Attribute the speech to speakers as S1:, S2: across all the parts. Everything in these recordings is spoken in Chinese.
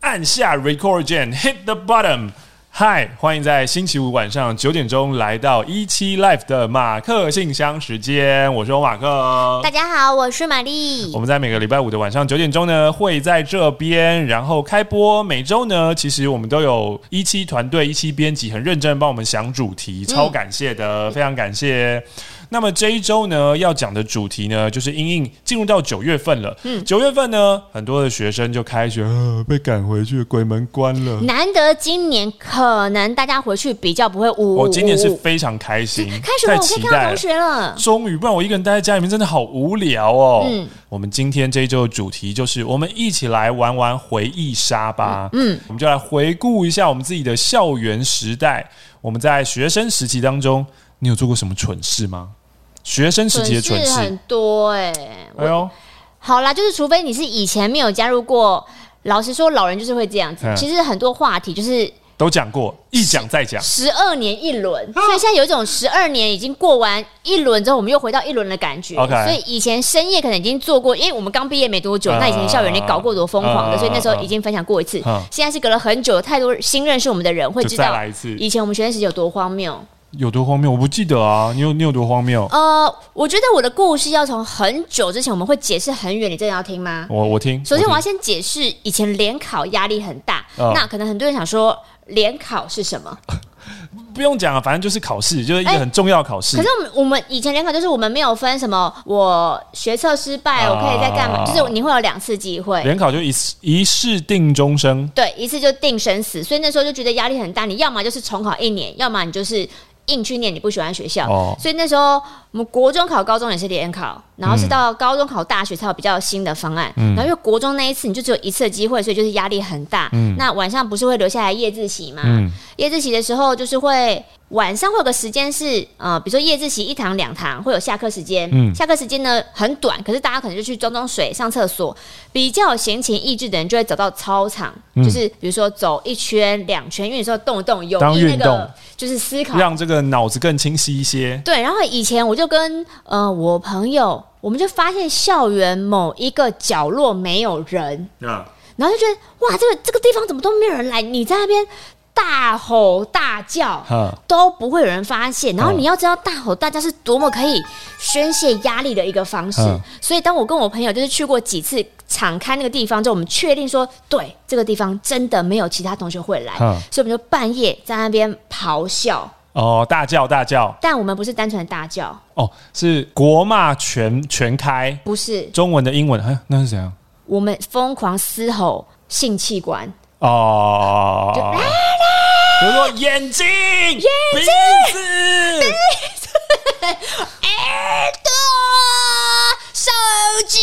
S1: 按下 record again，hit the button。嗨，欢迎在星期五晚上九点钟来到一期 Live 的马克信箱时间，我是欧马克
S2: 大。家好，我是玛丽
S1: 我。们在每个礼拜五的晚上九点钟呢，会在这边，然后开播。每周呢，其实我们都有一期团队、一期编辑很认真地帮我们想主题，超感谢的，非常感谢。那么这一周呢，要讲的主题呢，就是因应进入到九月份了。嗯，九月份呢，很多的学生就开学，呃、被赶回去，鬼门关了。
S2: 难得今年可能大家回去比较不会呜。
S1: 我、哦今年是
S2: 呜呜
S1: 非常开心，
S2: 哦开学
S1: 在
S2: 了，我可以
S1: 期
S2: 看到
S1: 待
S2: 同。学了。
S1: 终于，不然我一个人待在家里面真的好无聊哦。
S2: 嗯
S1: 我们今天这一周的主题就是，我们一起来玩玩回忆杀吧。
S2: 嗯，
S1: 我们就来回顾一下我们自己的校园时代。我们在学生时期当中，你有做过什么蠢事吗？学生时期的蠢事
S2: 很，多哎、
S1: 哎呦，
S2: 好啦，就是除非你是以前没有加入过，老实说，老人就是会这样子。
S1: 嗯
S2: 其实很多话题就是
S1: 都讲过，一讲再讲。
S2: 十二年 一轮，
S1: 哦
S2: 所以现在有一种十二年已经过完一轮之后，我们又回到一轮的感觉。
S1: OK
S2: 所以以前深夜可能已经做过，因为我们刚毕业没多久，
S1: 啊
S2: 那以前校园里搞过多疯狂
S1: 啊
S2: 的，所以那时候已经分享过一次
S1: 啊。
S2: 现在是隔了很久，太多新认识我们的人会知
S1: 就再
S2: 道
S1: 来一次
S2: 以前我们学生时期有多荒谬。
S1: 有多荒谬？我不记得啊，你有你有多荒谬？
S2: 呃，我觉得我的故事要从很久之前，我们会解释很远，你真的要听吗？
S1: 我哦我听，
S2: 首先，我要
S1: 听
S2: 先解释，以前联考压力很大，
S1: 啊
S2: 那可能很多人想说联考是什么？
S1: 不用讲了，啊反正就是考试，就是一个
S2: 哎
S1: 很重要的考试。
S2: 可是我们我们以前联考就是我们没有分什么，我学测失败，
S1: 啊
S2: 我可以再干嘛？就是你会有两次机会，
S1: 联考就一次一试定终生。
S2: 对，一次就定生死，所以那时候就觉得压力很大。你要么就是重考一年，要么你就是硬去念你不喜欢的学校。
S1: 哦
S2: 所以那时候我们国中考、高中也是联考，然后是到高中考大学才有比较新的方
S1: 嗯
S2: 案。然后因为国中那一次你就只有一次的机会，所以就是压力很大。那晚上不是会留下来夜自习吗？
S1: 嗯
S2: 夜自习的时候，就是会晚上会有个时间是，呃，比如说夜自习一堂两堂会有下课时间，
S1: 嗯
S2: 下课时间呢很短，可是大家可能就去装装水、上厕所，比较有闲情逸致的人就会走到操场，
S1: 嗯
S2: 就是比如说走一圈、两圈，因为你说动一动有
S1: 当
S2: 益那
S1: 运动
S2: 个就是思考。
S1: 让这个脑子更清晰一些。
S2: 对，然后以前我就跟呃我朋友，我们就发现校园某一个角落没有人，
S1: 啊，
S2: 然后就觉得哇，这个这个地方怎么都没有人来？你在那边大吼大叫，
S1: 哈，
S2: 都不会有人发现。然后
S1: 嗯
S2: 你要知道，大吼大叫是多么可以宣泄压力的一个方式。
S1: 嗯
S2: 所以，当我跟我朋友就是去过几次敞开那个地方之后，我们确定说，对这个地方真的没有其他同学会来，
S1: 嗯
S2: 所以我们就半夜在那边咆哮。
S1: 哦，大叫大叫，
S2: 但我们不是单纯的大叫，
S1: 哦，是国骂全全开，
S2: 不是，
S1: 中文的英文，哎，那是怎样？
S2: 我们疯狂嘶吼性器官。
S1: 哦，比如说眼睛、眼鼻子，
S2: 耳朵、手指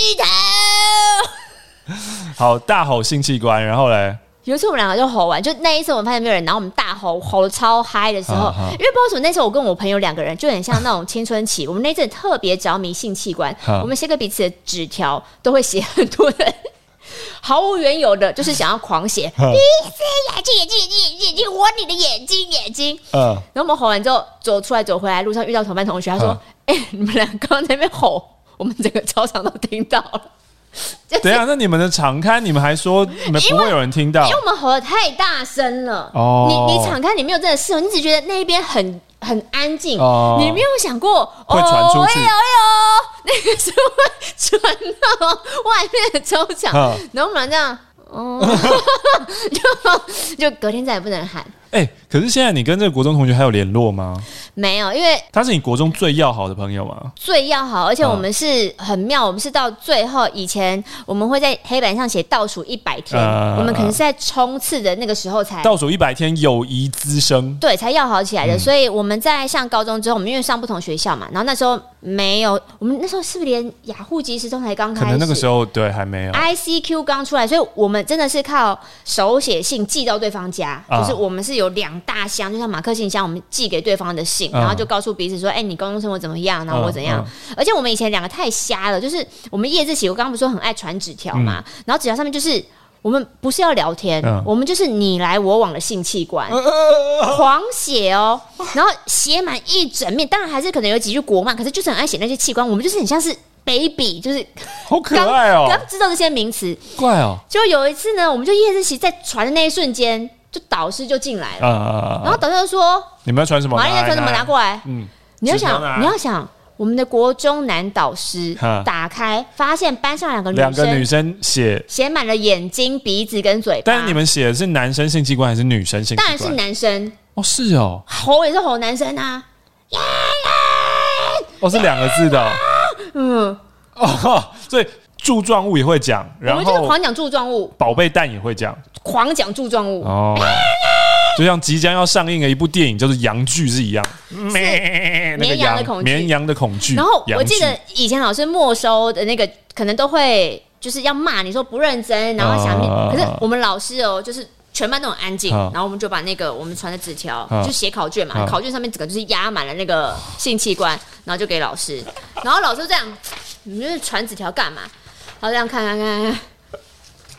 S2: 头。
S1: 好，大吼性器官，然后嘞，
S2: 有一次我们两个就吼完，就那一次我们发现没有人，然后我们大吼吼的超嗨的时候，
S1: 啊啊
S2: 因为不知道为什么那时候我跟我朋友两个人就很像那种青春期，我们那阵特别着迷性器官，
S1: 啊
S2: 我们写给彼此的纸条都会写很多的，毫无缘由的，就是想要狂写，鼻
S1: 啊
S2: 子、哎眼睛、眼睛、眼睛、眼睛、眼睛，我你的眼睛、眼睛。
S1: 嗯，
S2: 然后我们吼完之后走出来走回来，路上遇到同班同学，他说
S1: 啊：“
S2: 哎、你们俩刚刚在那边吼，我们整个操场都听到 了。”就是
S1: 等一下，那你们的敞开，你们还说你们不会有人听到
S2: 因为我们吼的太大声了。
S1: 哦
S2: 你你敞开，你没有真的试哦，你只觉得那一边很很安静，
S1: 哦
S2: 你没有想过
S1: 会传出去
S2: 哎呦哎呦， 那个是会传到外面的操场
S1: 啊，
S2: 然后我们俩这样，哦， 就就隔天再也不能喊，
S1: 哎、可是现在你跟这个国中同学还有联络吗？
S2: 没有，因为
S1: 他是你国中最要好的朋友吗？
S2: 最要好，而且
S1: 啊
S2: 我们是很妙，我们是到最后以前我们会在黑板上写倒数一百天，
S1: 啊
S2: 我们可能是在冲刺的那个时候才
S1: 倒嗯数一百天，友谊滋生。
S2: 对，才要好起来的。所以我们在上高中之后，我们因为上不同学校嘛，然后那时候没有，我们那时候是不是连雅虎即时通才刚开
S1: 可
S2: 始？啊
S1: 能那个时候对还没有，
S2: ICQ 刚出来，所以我们真的是靠手写信寄到对方家，
S1: 啊
S2: 就是我们是有两大箱，就像马克信箱，我们寄给对方的信，
S1: 啊
S2: 然后就告诉彼此说：“哎、你高中生活怎么样？然后我怎样？”
S1: 啊
S2: 而且我们以前两个太瞎了，就是我们夜自习，我刚刚不是说很爱传纸条嘛，然后纸条上面就是。我们不是要聊天，
S1: 嗯
S2: 我们就是你来我往的性器官，
S1: 啊
S2: 狂写哦，然后写满一整面，当然还是可能有几句国骂，可是就是很爱写那些器官，我们就是很像是。 baby，就是
S1: 好可爱哦、
S2: 刚知道这些名词。
S1: 怪哦、
S2: 就有一次呢，我们就夜自习在传的那一瞬间，就导师就进来了，
S1: 呃，
S2: 然后导师就说
S1: 你们要穿什：“么？
S2: 哦马丽在传什么拿过来？”
S1: 嗯，
S2: 你要
S1: 指标拿
S2: 想，你要想，我们的国中男导师
S1: 哈
S2: 打开，发现班上两个
S1: 两
S2: 女
S1: 个女
S2: 生
S1: 生写，
S2: 写满了眼睛、鼻子跟嘴巴，
S1: 但是你们写的是男生性器官还是女生性器
S2: 当
S1: 官？
S2: 然是男生，
S1: 哦，是哦，
S2: 吼也是吼男生啊，
S1: 哦是两个字的哦
S2: 嗯，
S1: 哦，所以柱状物也会讲，
S2: 我
S1: 然
S2: 们就是
S1: 后
S2: 狂讲柱状物，
S1: 宝贝蛋也会讲
S2: 狂讲柱状物，
S1: 哦。就像即将要上映的一部电影，叫做《羊剧》是一样，咩那个
S2: 绵羊的恐惧
S1: 绵羊的恐惧。
S2: 然后我
S1: 羊
S2: 记
S1: 具
S2: 得以前老师没收的那个，可能都会就是要骂你说不认真，然后想你。
S1: 啊
S2: 可是我们老师哦，就是全班都很安静，
S1: 啊
S2: 然后我们就把那个我们传的纸条
S1: 啊，
S2: 就写考卷嘛
S1: 啊，
S2: 考卷上面整个就是压满了那个性器官，然后就给老师，然后老师就这样，你们就是传纸条干嘛？然后这样看看看看看，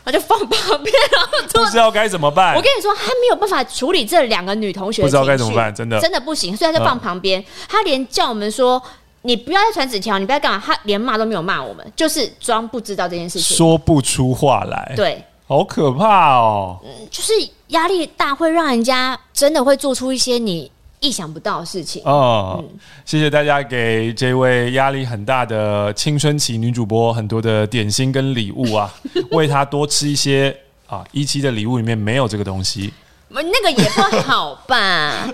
S2: 他就放旁边，然后
S1: 不
S2: 做
S1: 知道该怎么办
S2: 我。跟你说，他没有办法处理这两个女同学
S1: 哎
S2: 的
S1: 不知道该
S2: 情
S1: 怎
S2: 绪
S1: 么办真的嗯
S2: 真的不行，所以他就放旁边，他连叫我们说。你不要再传纸条，你不要干嘛？他连骂都没有骂我们，就是装不知道这件事情。
S1: 说哎不出话来，
S2: 对，
S1: 好可怕哦！
S2: 就是压力大会让人家真的会做出一些你意想不到的事情。
S1: 哦，谢谢大家给这位压力很大的青春期女主播很多的点心跟礼物 啊，为她多吃一些啊。一期的礼物里面没有这个东西，
S2: 那个也不好吧？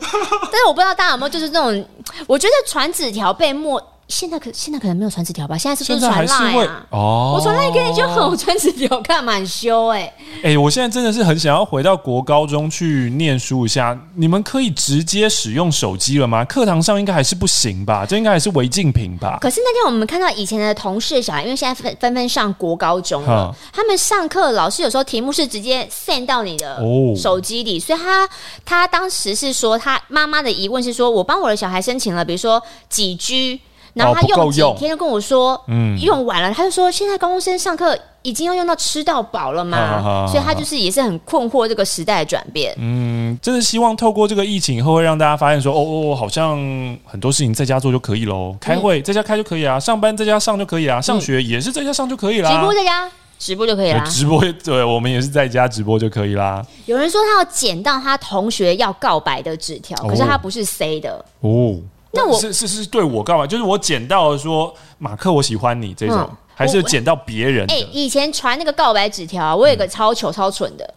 S2: 但是我不知道大家有没有就是那种，我觉得传纸条被没，现在可现在可能没有传纸条吧？现在 是
S1: 现
S2: 不
S1: 在还
S2: 传
S1: 是会
S2: line 啊？
S1: 哦。
S2: 我传 line 给你就 很，我传纸条干嘛？很羞哎、
S1: 哎、我现在真的是很想要回到国高中去念书一下。你们可以直接使用手机了吗？课堂上应该还是不行吧？这应该还是违禁品吧？
S2: 可是那天我们看到以前的同事小孩，因为现在纷纷纷上国高中了
S1: 哈，
S2: 他们上课老师有时候题目是直接 send 到你的
S1: 哦
S2: 手机里，所以他他当时是说他妈妈的疑问是说，我帮我的小孩申请了，比如说几居。然后他
S1: 哦不够
S2: 用几
S1: 用
S2: 天就跟我说，
S1: 嗯
S2: 用完了，他就说现在高中生上课已经要用到吃到饱了
S1: 哈哈哈哈
S2: 嘛，所以他就是也是很困惑这个时代的转变。
S1: 嗯，真的希望透过这个疫情以后，会让大家发现说，哦哦，好像很多事情在家做就可以喽，
S2: 嗯
S1: 开会在家开就可以啊，上班在家上就可以啊，上学也是在家上就可以啦。
S2: 直播在家直播就可以啦
S1: 对，。啊呃直播对我们也是在家直播就可以啦。
S2: 有人说他要捡到他同学要告白的纸条，可是他不是 C 的，
S1: 哦，
S2: 那我
S1: 是是是对我干嘛？就是我捡到说马克我喜欢你这种，
S2: 嗯
S1: 还是捡到别人的？
S2: 哎、以前传那个告白纸条啊，我有
S1: 嗯
S2: 个超糗超蠢的，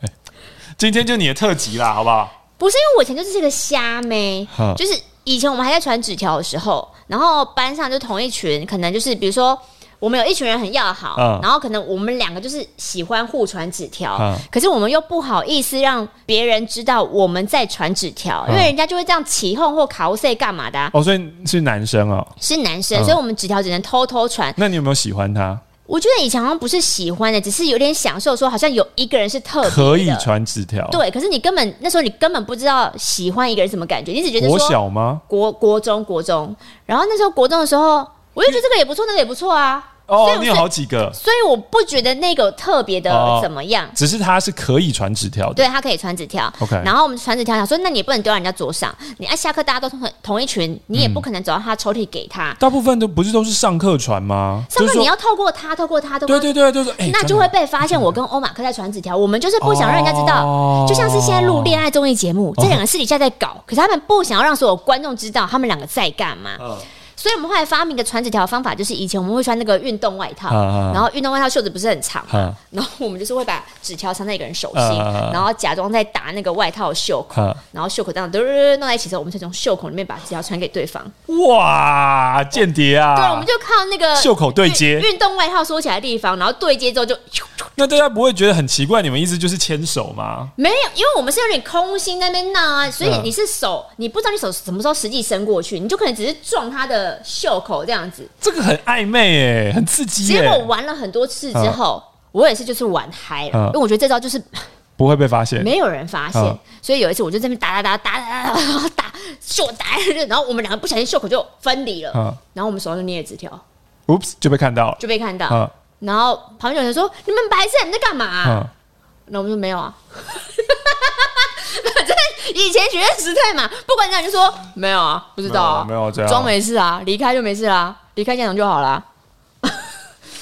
S1: 今天就你的特辑啦，好不好？
S2: 不是因为我以前就是这个瞎妹
S1: 嗯，
S2: 就是以前我们还在传纸条的时候，然后班上就同一群，可能就是比如说。我们有一群人很要好，
S1: 嗯
S2: 然后可能我们两个就是喜欢互传纸条，
S1: 嗯
S2: 可是我们又不好意思让别人知道我们在传纸条，因
S1: 嗯
S2: 为人家就会这样起哄或卡 C 干嘛的啊、
S1: 哦，所以是男生哦。
S2: 是男生，
S1: 嗯
S2: 所以我们纸条只能偷偷传。
S1: 那你有没有喜欢他？
S2: 我觉得以前好像不是喜欢的，只是有点享受，说好像有一个人是特别的
S1: 可以传纸条？，
S2: 对，可是你根本那时候你根本不知道喜欢一个人是什么感觉，你只觉得
S1: 我
S2: 说
S1: 小吗？
S2: 国国中国中，然后那时候国中的时候，我就觉得这个也不错，那个也不错啊，所以
S1: 哦，
S2: 我
S1: 你有好几个。
S2: 所以我不觉得那个特别
S1: 哦
S2: 的怎么样。
S1: 只是他是可以传纸条的。
S2: 对他可以传纸条
S1: OK
S2: 然后我们传纸条想说，那你也不能丢到人家桌上，你按下课大家都同同一群，你也
S1: 嗯
S2: 不可能走到他抽屉给他，
S1: 大部分都不是都是上课传吗？
S2: 上
S1: 就是
S2: 课
S1: 说
S2: 你要透过他，透过他，透过
S1: 对
S2: 他
S1: 对对，就是哎，
S2: 那就会被发现我跟欧马克在传纸条，我们就是不想让人家知道，
S1: 哦
S2: 就像是现在录恋爱综艺节目，这两个私底下在搞，可是他们不想要让所有观众知道他们两个在干嘛，
S1: 嗯
S2: 所以我们后来发明的传纸条的方法就是以前我们会穿那个运动外套，
S1: 嗯嗯
S2: 然后运动外套袖子不是很长嘛，
S1: 嗯
S2: 然后我们就是会把纸条藏在一个人手心，
S1: 嗯嗯嗯
S2: 然后假装在打那个外套的袖口，
S1: 嗯
S2: 然后袖口这样嘟嘟嘟弄在一起之后，我们才从袖口里面把纸条传给对方，
S1: 哇，间谍啊！
S2: 对，我们就靠那个
S1: 袖口对接
S2: 运运动外套缩起来的地方，然后对接之后就。
S1: 那大家不会觉得很奇怪？你们一直就是牵手吗？
S2: 没有，因为我们是有点空心在那边闹啊，所以
S1: 嗯
S2: 你是手，你不知道你手什么时候实际伸过去，你就可能只是撞他的袖口这样子。
S1: 这个很暧昧哎，很刺激
S2: 结
S1: 哎
S2: 果，玩了很多次之后，我也是就是玩嗨了，
S1: 嗯
S2: 因为我觉得这招就是
S1: 不会被发现。
S2: 没有人发现，
S1: 嗯
S2: 所以有一次我就在那边打打打打打打打袖打，然后我们两个不小心袖口就分离了，
S1: 嗯
S2: 然后我们手上就捏着纸条
S1: Oops，就被看到了。
S2: 就被看到，
S1: 嗯
S2: 然后旁边有人说：“你们白痴，你们在干嘛、
S1: 嗯，
S2: 那我们说没有啊。 反正以前学院时代嘛，不管怎样就说没有啊，不知道啊，
S1: 没有啊没有啊这样啊
S2: 装没事啊，离开就没事啦、离开现场就好啦。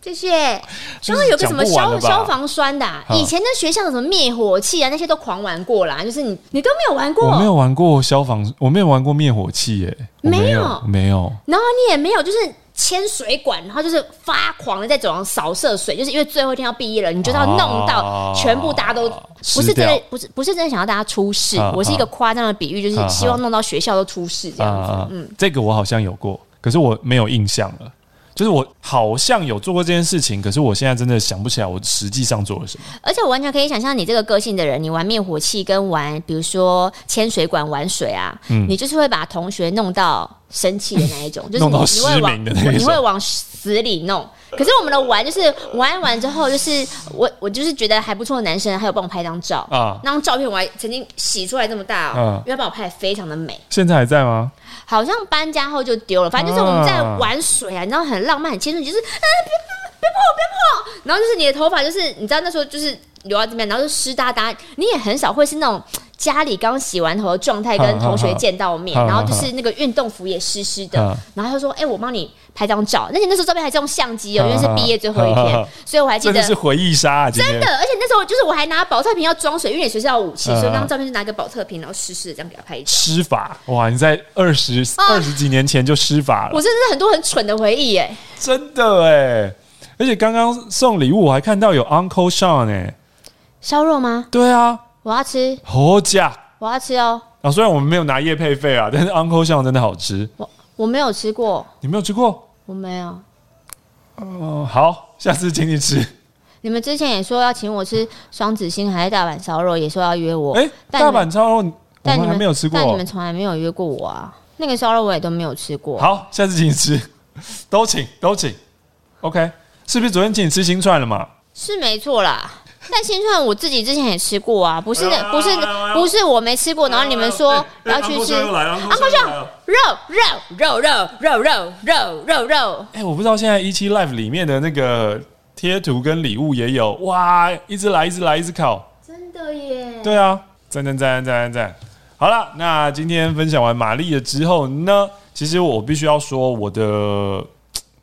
S2: 谢谢。刚刚有个什么消消防栓的、啊，
S1: 嗯
S2: 以前的学校有什么灭火器啊，那些都狂玩过啦。就是你，你都没有玩过，
S1: 我没有玩过消防，我没有玩过灭火器耶、我
S2: 没有
S1: 有，没有，
S2: 然后你也没有就是牵水管，然后就是发狂的在走廊扫射水，就是因为最后一天要毕业了，你就是要弄
S1: 哦
S2: 到全部大家都不是
S1: 湿
S2: 真
S1: 掉
S2: 的，不是不是真的想要大家出事
S1: 啊。
S2: 我是一个夸张的比喻，就是
S1: 啊
S2: 希望弄到学校都出事这样子嗯
S1: 啊。，这个我好像有过，可是我没有印象了。就是我好像有做过这件事情，可是我现在真的想不起来我实际上做了什么。
S2: 而且我完全可以想象，你这个个性的人，你玩灭火器跟玩，比如说牵水管玩水啊，
S1: 嗯
S2: 你就是会把同学弄到生气的那一 种，就是
S1: 弄
S2: 你
S1: 到
S2: 你会
S1: 失
S2: 往
S1: 明的那一种
S2: 你会往死里弄。可是我们的玩就是玩完之后，就是我我就是觉得还不错的男生，还有帮我拍张照
S1: 啊
S2: 那张照片我还曾经洗出来这么大、
S1: 嗯
S2: 哦，因为他帮我拍的非常的美。
S1: 现在还在吗？
S2: 好像搬家后就丢了，反正就是我们在
S1: 啊
S2: 玩水啊，你知道很浪漫、很清纯，就是啊，别别别碰我，别碰我，然后就是你的头发就是你知道那时候就是留到这边，然后就湿哒哒，你也很少会是那种。家里刚洗完头的状态，
S1: 啊
S2: 跟同学见到面，
S1: 啊啊
S2: 然后就是那个运动服也湿湿的
S1: 啊，
S2: 然后他就说：“哎、我帮你拍张照。”那你那时候照片还是用相机哦，因为是毕业最后一
S1: 啊啊啊
S2: 天，所以我还记
S1: 真
S2: 得
S1: 的是回忆杀、啊，今天
S2: 真的，而且那时候就是我还拿保特瓶要装水，因为你学校有武
S1: 啊
S2: 器，
S1: 啊
S2: 所以那张照片就拿一个保特瓶，然后湿湿的这样给他拍一张。
S1: 施法哇！你在二十
S2: 啊
S1: 二十几年前就施法了，
S2: 我真的是很多很蠢的回忆耶、
S1: 真的哎！而且刚刚送礼物，我还看到有 Uncle Sean 哎，
S2: 烧肉吗？
S1: 对啊，
S2: 我要吃，
S1: 好假
S2: 我要吃哦，
S1: 啊！虽然我们没有拿夜配费啊，但是 Uncle Sean 真的好吃，
S2: 我我没有吃过，
S1: 你没有吃过？
S2: 我没有。
S1: 嗯，好，下次请你吃。
S2: 你们之前也说要请我吃双子星还是大阪烧肉，也说要约我，
S1: 哎、
S2: 但
S1: 大
S2: 你们
S1: 阪烧肉我
S2: 但你
S1: 们还
S2: 们
S1: 没有吃
S2: 但你
S1: 过
S2: 们，从来没有约过我啊。那个烧肉我也都没有吃过，
S1: 好，下次请你吃， 都请都请。OK，是不是昨天请你吃新串了嘛？
S2: 是没错啦。但新串我自己之前也吃过啊，不是
S1: 哎呦
S2: 不是
S1: 哎呦哎呦
S2: 不是我没吃过，哦然后你们说 要去吃
S1: 哎
S2: 肉肉肉肉肉肉肉肉肉，
S1: 哎、我不知道现在一期 Live 里面的那个贴图跟礼物也有哇，一直来，一直来，一直烤。
S2: 真的耶！
S1: 对啊，赞赞赞赞赞赞。好了，那今天分享完玛丽的之后呢，其实我必须要说，我的嘖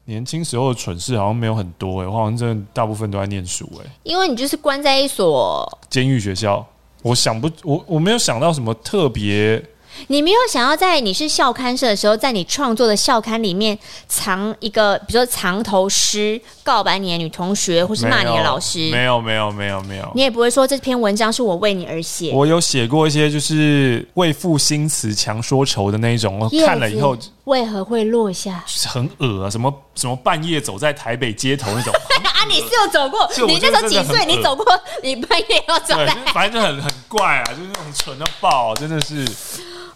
S1: 年轻时候的蠢事好像没有很多哎、我好像真的大部分都在念书哎、
S2: 因为你就是关在一所
S1: 监狱学校，我想不，我我没有想到什么特别
S2: 你没有想要在你是校刊社的时候，在你创作的校刊里面藏一个，比如说藏头诗，告白你的女同学，或是骂你
S1: 没
S2: 的
S1: 有
S2: 老师，
S1: 没有没有没有没有
S2: 你，也不会说这篇文章是我为你而写。
S1: 我有写过一些就是为赋新词强说愁的那一种，我
S2: 叶
S1: 看了以后
S2: 子为何会落下？
S1: 很恶、啊，什么什么半夜走在台北街头那 种，
S2: 啊，你是有走过
S1: 这，我
S2: 你
S1: 觉
S2: 那
S1: 得
S2: 时候
S1: 真
S2: 几
S1: 的
S2: 岁？
S1: 很
S2: 你走过，你半夜要走
S1: 对
S2: 在，，
S1: 反正就很很怪啊，就是那种蠢到爆，啊真的是。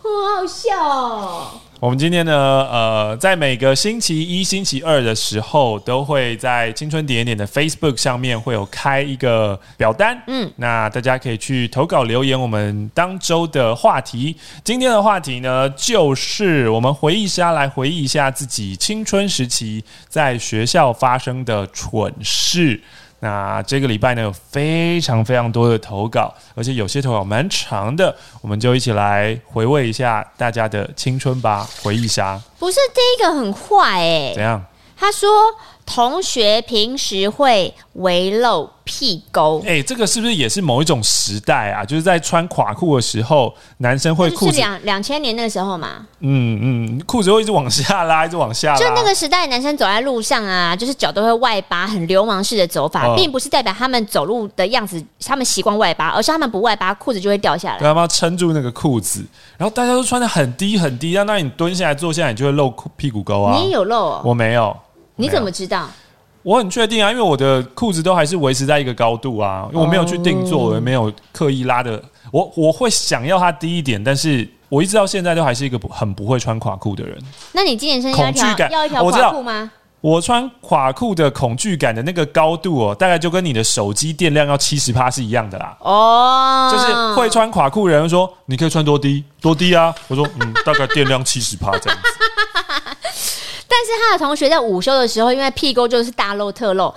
S2: 我好笑哦。
S1: 我们今天呢，呃，在每个星期一、星期二的时候，都会在青春点点的 Facebook 上面会有开一个表单，嗯
S2: 嗯，
S1: 那大家可以去投稿留言我们当周的话题。今天的话题呢，就是我们回忆杀来回忆一下自己青春时期在学校发生的蠢事。那这个礼拜呢，有非常非常多的投稿，而且有些投稿蛮长的，我们就一起来回味一下大家的青春吧，回忆杀
S2: 不是第一个很坏哎、
S1: 怎样？
S2: 他说同学平时会围露屁沟，
S1: 哎、这个是不是也是某一种时代啊？就是在穿垮裤的时候，男生会
S2: 就
S1: 哎裤
S2: 是
S1: 子，
S2: 两两千年那个时候嘛。
S1: 嗯嗯，裤子会一直往下拉，一直往下拉，
S2: 就那个时代，男生走在路上啊，就是脚都会外八，很流氓式的走法，
S1: 嗯
S2: 并不是代表他们走路的样子，他们习惯外八，而是他们不外八，裤子就会掉下来。
S1: 对，他妈撑住那个裤子，然后大家都穿的很低很低，那那你蹲下来坐下来，你就会露裤屁股沟啊。
S2: 你也有漏哦？
S1: 我没有，
S2: 你怎
S1: 没
S2: 么
S1: 有？
S2: 知道？
S1: 我很确定啊，因为我的裤子都还是维持在一个高度啊，因为我没有去定做，我也没有刻意拉的。我我会想要它低一点，但是我一直到现在都还是一个不很不会穿垮裤的人。
S2: 那你今年生日要
S1: 恐
S2: 一
S1: 惧
S2: 条
S1: 感
S2: 要一条
S1: 我知道
S2: 垮裤吗？
S1: 我穿垮裤的恐惧感的那个高度哦，大概就跟你的手机电量要七十趴是一样的啦。
S2: 哦，
S1: 就是会。穿垮裤的人说：“你可以穿多低，多低啊！”我说：“嗯，大概电量七十趴这样子。”
S2: 但是他的同学在午休的时候，因为屁沟就是大漏特漏，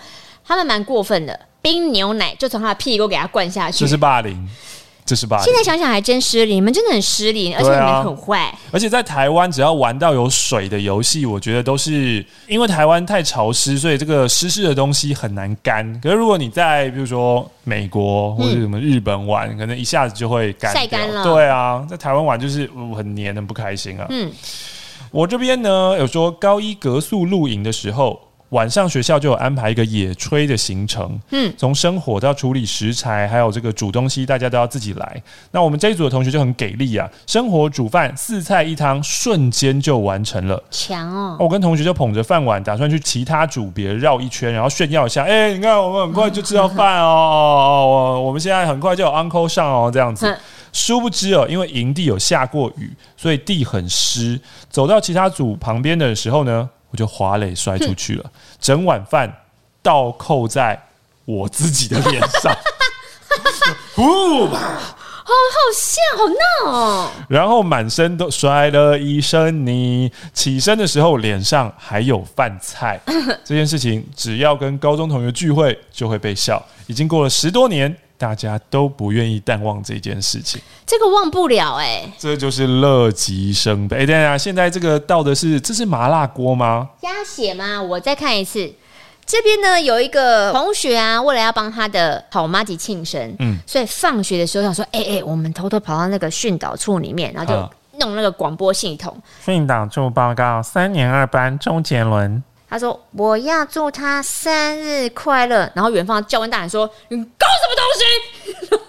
S2: 他们蛮过分的，冰牛奶就从他的屁股给他灌下去，
S1: 这是霸凌，这是霸凌
S2: 现。在想想还真失礼，你们真的很失礼，而且
S1: 对
S2: 你
S1: 啊
S2: 们很坏。
S1: 而且在台湾，只要玩到有水的游戏，我觉得都是因为台湾太潮湿，所以这个湿湿的东西很难干。可是如果你在比如说美国或者什么日本玩，可能一下子就会干掉
S2: 晒干了
S1: 对啊，在台湾玩就是呃很黏，很不开心啊。
S2: 嗯，
S1: 我这边呢有说高一格宿露营的时候。晚上学校就有安排一个野炊的行程，
S2: 嗯
S1: 嗯，从生火到处理食材，还有这个煮东西，大家都要自己来。那我们这一组的同学就很给力啊，生火煮饭四菜一汤，瞬间就完成了。
S2: 强哦，
S1: 我跟同学就捧着饭碗，打算去其他组别绕一圈，然后炫耀一下，哎、你看我们很快就吃到饭哦，哦，我我们现在很快就有 uncle 上哦，这样子。
S2: 哼
S1: 殊不知哦，因为营地有下过雨，所以地很湿。走到其他组旁边的时候呢，我就滑垒摔出去了，整碗饭倒扣在我自己的脸上。 呼吧！
S2: 好好笑，好闹哦。
S1: 然后满身都摔了一身泥，起身的时候脸上还有饭 菜。这件事情只要跟高中同学聚会就会被笑，已经过了十多年，大家都不愿意淡忘这件事情。
S2: 这个忘不了哎、
S1: 这就是乐极生悲。哎、等一下，现在这个倒的是这是麻辣锅吗？
S2: 鸭血吗？我再看一次。这边呢有一个同学啊，为了要帮他的好妈吉庆生，嗯
S1: 嗯，
S2: 所以放学的时候想说，哎、哎、我们偷偷跑到那个训导处里面，然后
S1: 啊
S2: 就弄那个广播系统。
S1: 训导处报告，三年二班周杰伦。
S2: 他说我要祝他生日快乐，然后远方的教官大人说，你搞什么东西？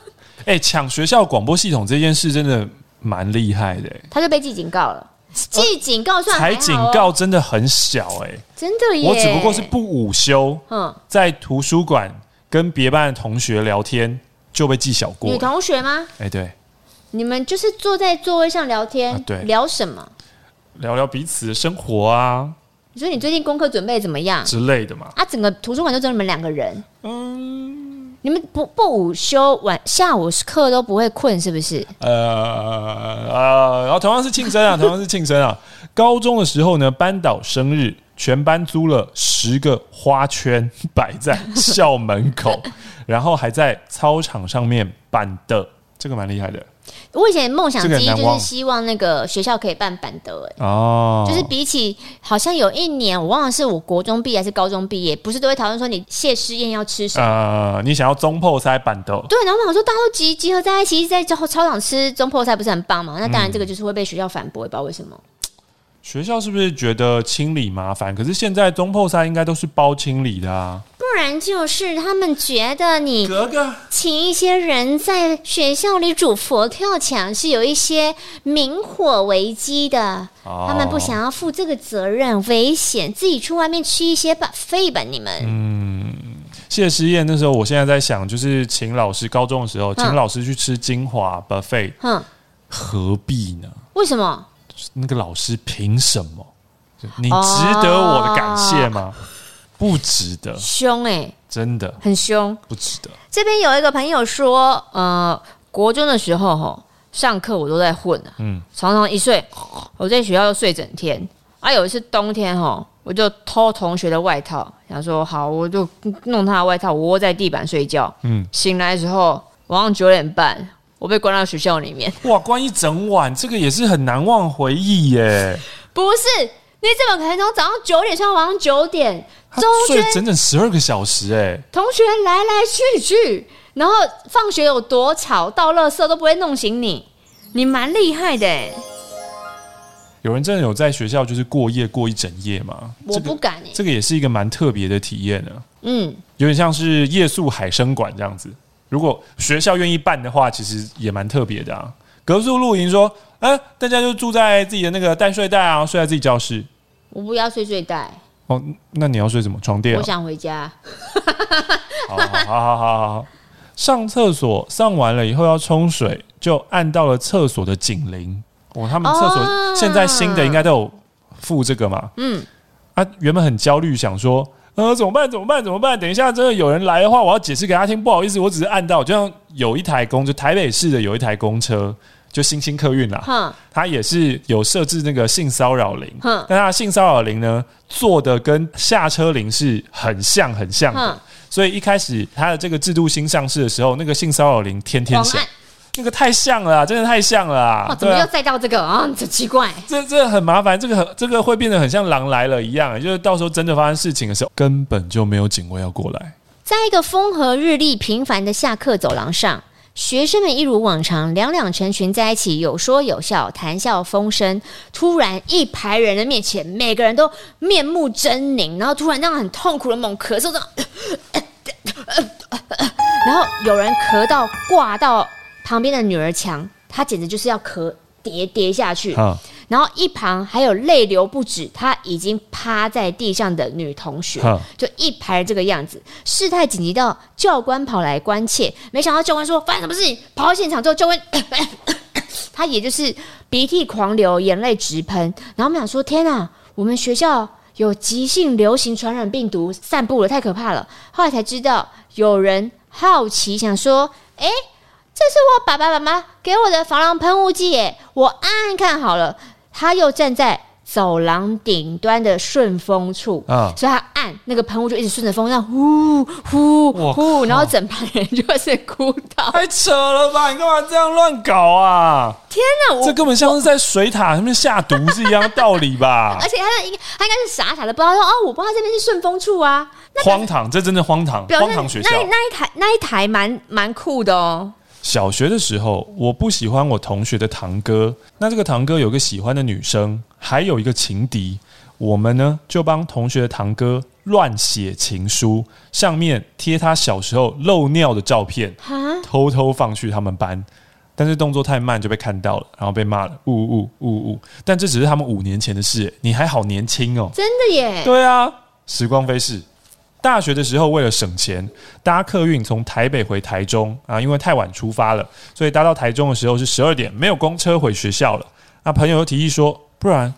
S1: 哎、抢学校广播系统这件事真的蛮厉害的、哎
S2: 他就被记警告了。记警告算还
S1: 才
S2: 好哦
S1: 警告，真的很小哎、
S2: 真的耶！
S1: 我只不过是不午休，
S2: 嗯，
S1: 在图书馆跟别班的同学聊天就被记小过
S2: 女
S1: 了。
S2: 同学吗？
S1: 哎、对，
S2: 你们就是坐在座位上聊天，
S1: 啊对
S2: 聊什么？
S1: 聊聊彼此的生活啊
S2: 你说你最近功课准备怎么样？
S1: 之类的嘛。
S2: 啊，整个图书馆就只有你们两个人。嗯，你们不不午休晚下午课都不会困是不是？
S1: 呃呃，然后同样是庆生啊，同样是庆生啊。高中的时候呢，班导生日，全班租了十个花圈摆在校门口，然后还在操场上面板的，这个蛮厉害的
S2: 我以前梦想
S1: 这个
S2: 之
S1: 很
S2: 一
S1: 难
S2: 就是
S1: 忘
S2: 希望那个学校可以办板德、欸，
S1: 哦。
S2: 就是比起好像有一年我忘了是我国中毕业还是高中毕业，不是都会讨论说你谢师宴要吃什么？
S1: 呃，你想要中破塞板豆，
S2: 对，然后我想说大家都集集合在一起，一直在操操场吃中破菜不是很棒吗？那当然这个就是会被学校反驳，也不知道为什么。
S1: 学校是不是觉得清理麻烦？可是现在中破塞应该都是包清理的啊。
S2: 不然就是他们觉得你
S1: 格格，
S2: 请一些人在学校里煮佛跳墙是有一些明火危机的，
S1: 哦
S2: 他们不想要负这个责任，危险，自己去外面吃一些吧，费吧你们。
S1: 谢师宴那时候，我现在在想，就是请老师高中的时候，请
S2: 嗯
S1: 老师去吃精华 buffet，
S2: 哼、
S1: 何必呢？
S2: 为什么？
S1: 那个老师凭什么？就你值得我的感谢吗？
S2: 哦
S1: 不值得，
S2: 凶哎、
S1: 真的
S2: 很凶。
S1: 不值得。
S2: 这边有一个朋友说，呃，国中的时候吼，上课我都在混啊，嗯
S1: 嗯，
S2: 常常一睡，我在学校又睡整天。啊，有一次冬天吼，我就偷同学的外套，想说好，我就弄他的外套，我窝在地板睡觉。嗯
S1: 嗯，
S2: 醒来的时候晚上九点半，我被关到学校 里面。
S1: 哇，关一整晚，这个也是很难忘回忆耶。
S2: 不是，你怎么可能从早上九点睡到晚上九点？
S1: 他
S2: 中
S1: 睡
S2: 间
S1: 整整十二个小时哎。
S2: 同学来来去去，然后放学有多吵，倒垃圾都不会弄醒你，你蛮厉害的、欸。
S1: 有人真的有在学校就是过夜过一整夜吗？
S2: 我
S1: 这个
S2: 不敢哎、
S1: 这个也是一个蛮特别的体验呢、
S2: 嗯，
S1: 有点像是夜宿海参馆这样子。如果学校愿意办的话，其实也蛮特别的啊。格宿露营说，哎、大家就住在自己的那个带睡袋啊，睡在自己教室。
S2: 我不要睡睡袋，
S1: 哦，那你要睡什么床垫、
S2: 我
S1: 啊？
S2: 想回家。
S1: 好好好好好好。上厕所上完了以后要冲水，就按到了厕所的警铃。哦，他们厕所、
S2: 哦
S1: 现在新的应该都有附这个嘛？
S2: 嗯，
S1: 啊，原本很焦虑，想说，呃，怎么办？怎么办？怎么办？等一下真的有人来的话，我要解释给他听。不好意思，我只是按到，就像有一台公，就台北市的有一台公车， 就新兴客运啦，啊
S2: 哼，
S1: 它也是有设置那个性骚扰铃，
S2: 哼
S1: 但它的性骚扰铃呢做的跟下车铃是很像很像的，
S2: 哼
S1: 所以一开始它的这个制度新上市的时候，那个性骚扰铃天天
S2: 狂
S1: 响
S2: 按，
S1: 那个太像了啊，真的太像了啊！
S2: 哇，怎么
S1: 对
S2: 又
S1: 啊
S2: 再到这个啊？很奇怪。
S1: 这这很麻烦，这个很这个会变得很像狼来了一样，就是到时候真的发生事情的时候，根本就没有警卫要过来。
S2: 在一个风和日丽、平凡的下课走廊上，学生们一如往常，两两成群在一起，有说有笑，谈笑风生。突然，一排人的面前，每个人都面目狰狞，然后突然那样很痛苦的猛咳嗽，这样，呃然后有人咳到挂到旁边的女儿墙，他简直就是要咳跌跌下去。
S1: 哈
S2: 然后一旁还有泪流不止，她已经趴在地上的女同学
S1: 哼，
S2: 就一排这个样子，事态紧急到教官跑来关切，没想到教官说发生什么事情，跑到现场之后，教官 他也就是鼻涕狂流，眼泪直喷，然后我们想说天啊，我们学校。有急性流行传染病毒散布了，太可怕了！后来才知道，有人好奇想说：“哎、这是我爸爸妈妈给我的防狼喷雾剂耶，我按按看好了。他又站在走廊顶端的顺风处，
S1: 啊
S2: 所以他按那个喷雾就一直顺着风，这样呼呼
S1: 我
S2: 呼，然后整排人就是哭到。
S1: 太扯了吧！你干嘛这样乱搞啊？
S2: 天哪，我
S1: 这根本像是在水塔上面下毒是一样的道理吧
S2: 而？且他应该他应该是傻傻的，不知道说哦，我不知道这边是顺风处啊。那
S1: 荒唐，这真的荒唐，
S2: 表
S1: 荒
S2: 示
S1: 唐学校。
S2: 那那一台那一台蛮蛮酷的哦。
S1: 小学的时候，我不喜欢我同学的堂哥。那这个堂哥有个喜欢的女生，还有一个情敌。我们呢就帮同学的堂哥乱写情书，上面贴他小时候漏尿的照片，
S2: 哈，
S1: 偷偷放去他们班。但是动作太慢就被看到了，然后被骂了，呜呜呜呜呜。但这只是他们五年前的事，欸你还好年轻哦。
S2: 真的耶！
S1: 对啊，时光飞逝。大学的时候，为了省钱，搭客运从台北回台中啊，因为太晚出发了，所以搭到台中的时候是十二点，没有公车回学校了。那朋友又提议说，不然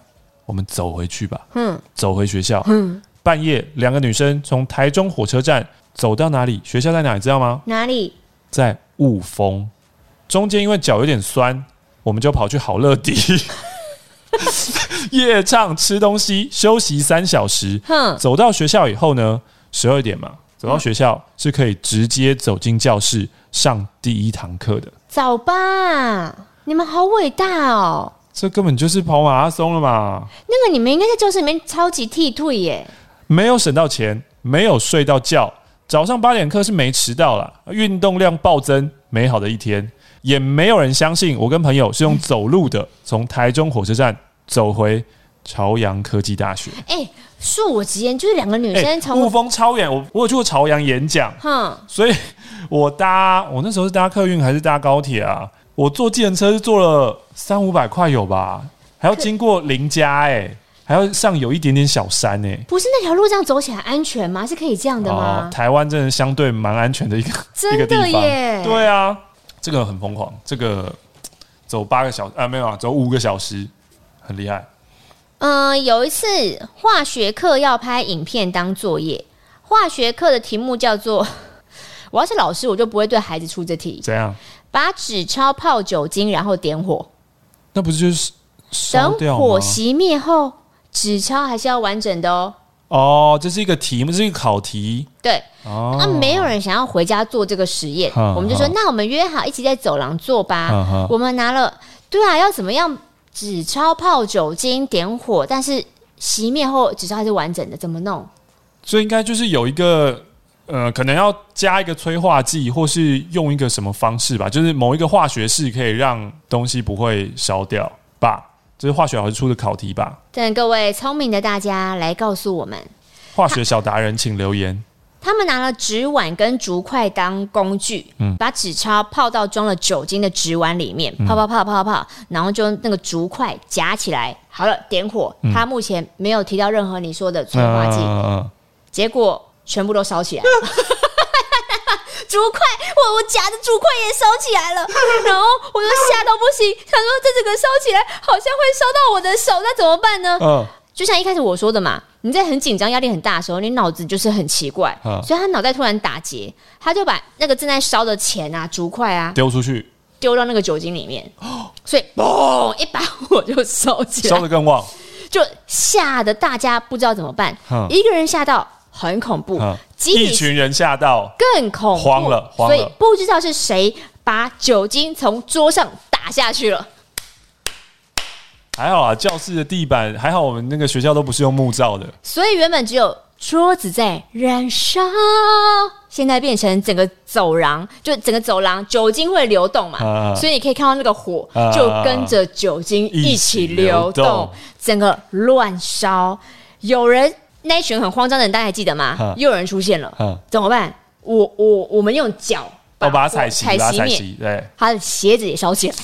S1: 我们走回去吧，
S2: 嗯
S1: 走回学校。
S2: 嗯，
S1: 半夜，两个女生从台中火车站走到哪里？学校在哪里？知道吗？
S2: 哪里？
S1: 在雾峰。中间因为脚有点酸，我们就跑去好乐迪 夜唱、吃东西、休息三小时。
S2: 哼，
S1: 走到学校以后呢，十二点嘛，走到学校是可以直接走进教室上第一堂课的。
S2: 早吧，你们好伟大哦。
S1: 这根本就是跑马拉松了嘛！
S2: 那个你们应该在教室里面超级替退耶，
S1: 没有省到钱，没有睡到觉，早上八点课是没迟到啦，运动量暴增，美好的一天。也没有人相信我跟朋友是用走路的，从台中火车站走回朝阳科技大学。
S2: 哎、恕我直言，就是两个女
S1: 哎
S2: 生从、
S1: 雾峰超远，我我有去过朝阳演讲，
S2: 哼，
S1: 所以我搭我那时候是搭客运还是搭高铁啊？我坐计程车是坐了三五百块有吧？还要经过林家哎、还要上有一点点小山哎、
S2: 不是那条路这样走起来安全吗？是可以这样的
S1: 哦
S2: 吗，？
S1: 台湾真的相对蛮安全的一个一个地
S2: 真的
S1: 方。
S2: 耶，
S1: 对啊，这个很疯狂，这个走八个小时啊没有啊，走五个小时，很厉害。
S2: 嗯、有一次化学课要拍影片当作业，化学课的题目叫做。 我要是老师，我就不会对孩子出这题。
S1: 怎样？
S2: 把纸钞泡酒精，然后点火，
S1: 那不是就是烧
S2: 等
S1: 掉吗？
S2: 火熄灭后，纸钞还是要完整的哦。
S1: 哦，这是一个题目，这是一个考题
S2: 对，
S1: 哦。
S2: 啊，没有人想要回家做这个实验，
S1: 哈
S2: 我们就说
S1: 哈
S2: 那我们约好一起在走廊做吧
S1: 哈哈。
S2: 我们拿了，对啊，要怎么样？纸钞泡酒精点火，但是熄灭后纸钞还是完整的，怎么弄？
S1: 所以应该就是有一个呃，可能要加一个催化剂，或是用一个什么方式吧，就是某一个化学式可以让东西不会烧掉吧。这是化学老师出的考题吧？
S2: 等各位聪明的大家来告诉我们，
S1: 化学小达人，请留言。
S2: 他们拿了纸碗跟竹筷当工具，
S1: 嗯
S2: 把纸钞泡到装了酒精的纸碗里面，泡泡泡泡泡，然后就那个竹筷夹起来，好了，点火。
S1: 嗯
S2: 他目前没有提到任何你说的催化剂，
S1: 嗯嗯嗯
S2: 结果全部都烧起来了。 竹筷，我我夹的竹筷也烧起来了，然后我就吓到不行，想说这整个烧起来好像会烧到我的手，那怎么办呢？
S1: 嗯
S2: 就像一开始我说的嘛，你在很紧张、压力很大的时候，你脑子就是很奇怪，
S1: 啊
S2: 所以他脑袋突然打结，他就把那个正在烧的钱啊、竹筷啊
S1: 丢出 去，
S2: 丢到那个酒精里面，所以嘣一把火就烧起 来
S1: 烧，得更旺。
S2: 就吓得大家不知道怎么办
S1: 哼，
S2: 一个人吓到很恐怖，
S1: 嗯
S2: 集
S1: 一
S2: 体
S1: 群人吓到，
S2: 更恐怖，
S1: 慌了慌了
S2: 所以不知道是谁把酒精从桌上打下去了。
S1: 还好啊，教室的地板还好，我们那个学校都不是用木造的，
S2: 所以原本只有桌子在燃烧，现在变成整个走廊，就整个走廊酒精会流动嘛，
S1: 啊
S2: 所以你可以看到那个火、
S1: 啊
S2: 就跟着酒精一起流动，
S1: 一起流动
S2: 整个乱烧。有人那一群很慌张的人，大家还记得吗？
S1: 啊
S2: 又有人出现了，
S1: 啊
S2: 怎么办？我我我们用脚
S1: 哦，把它
S2: 火
S1: 踩熄，把它踩
S2: 灭，
S1: 熄，对。
S2: 他的鞋子也烧起来。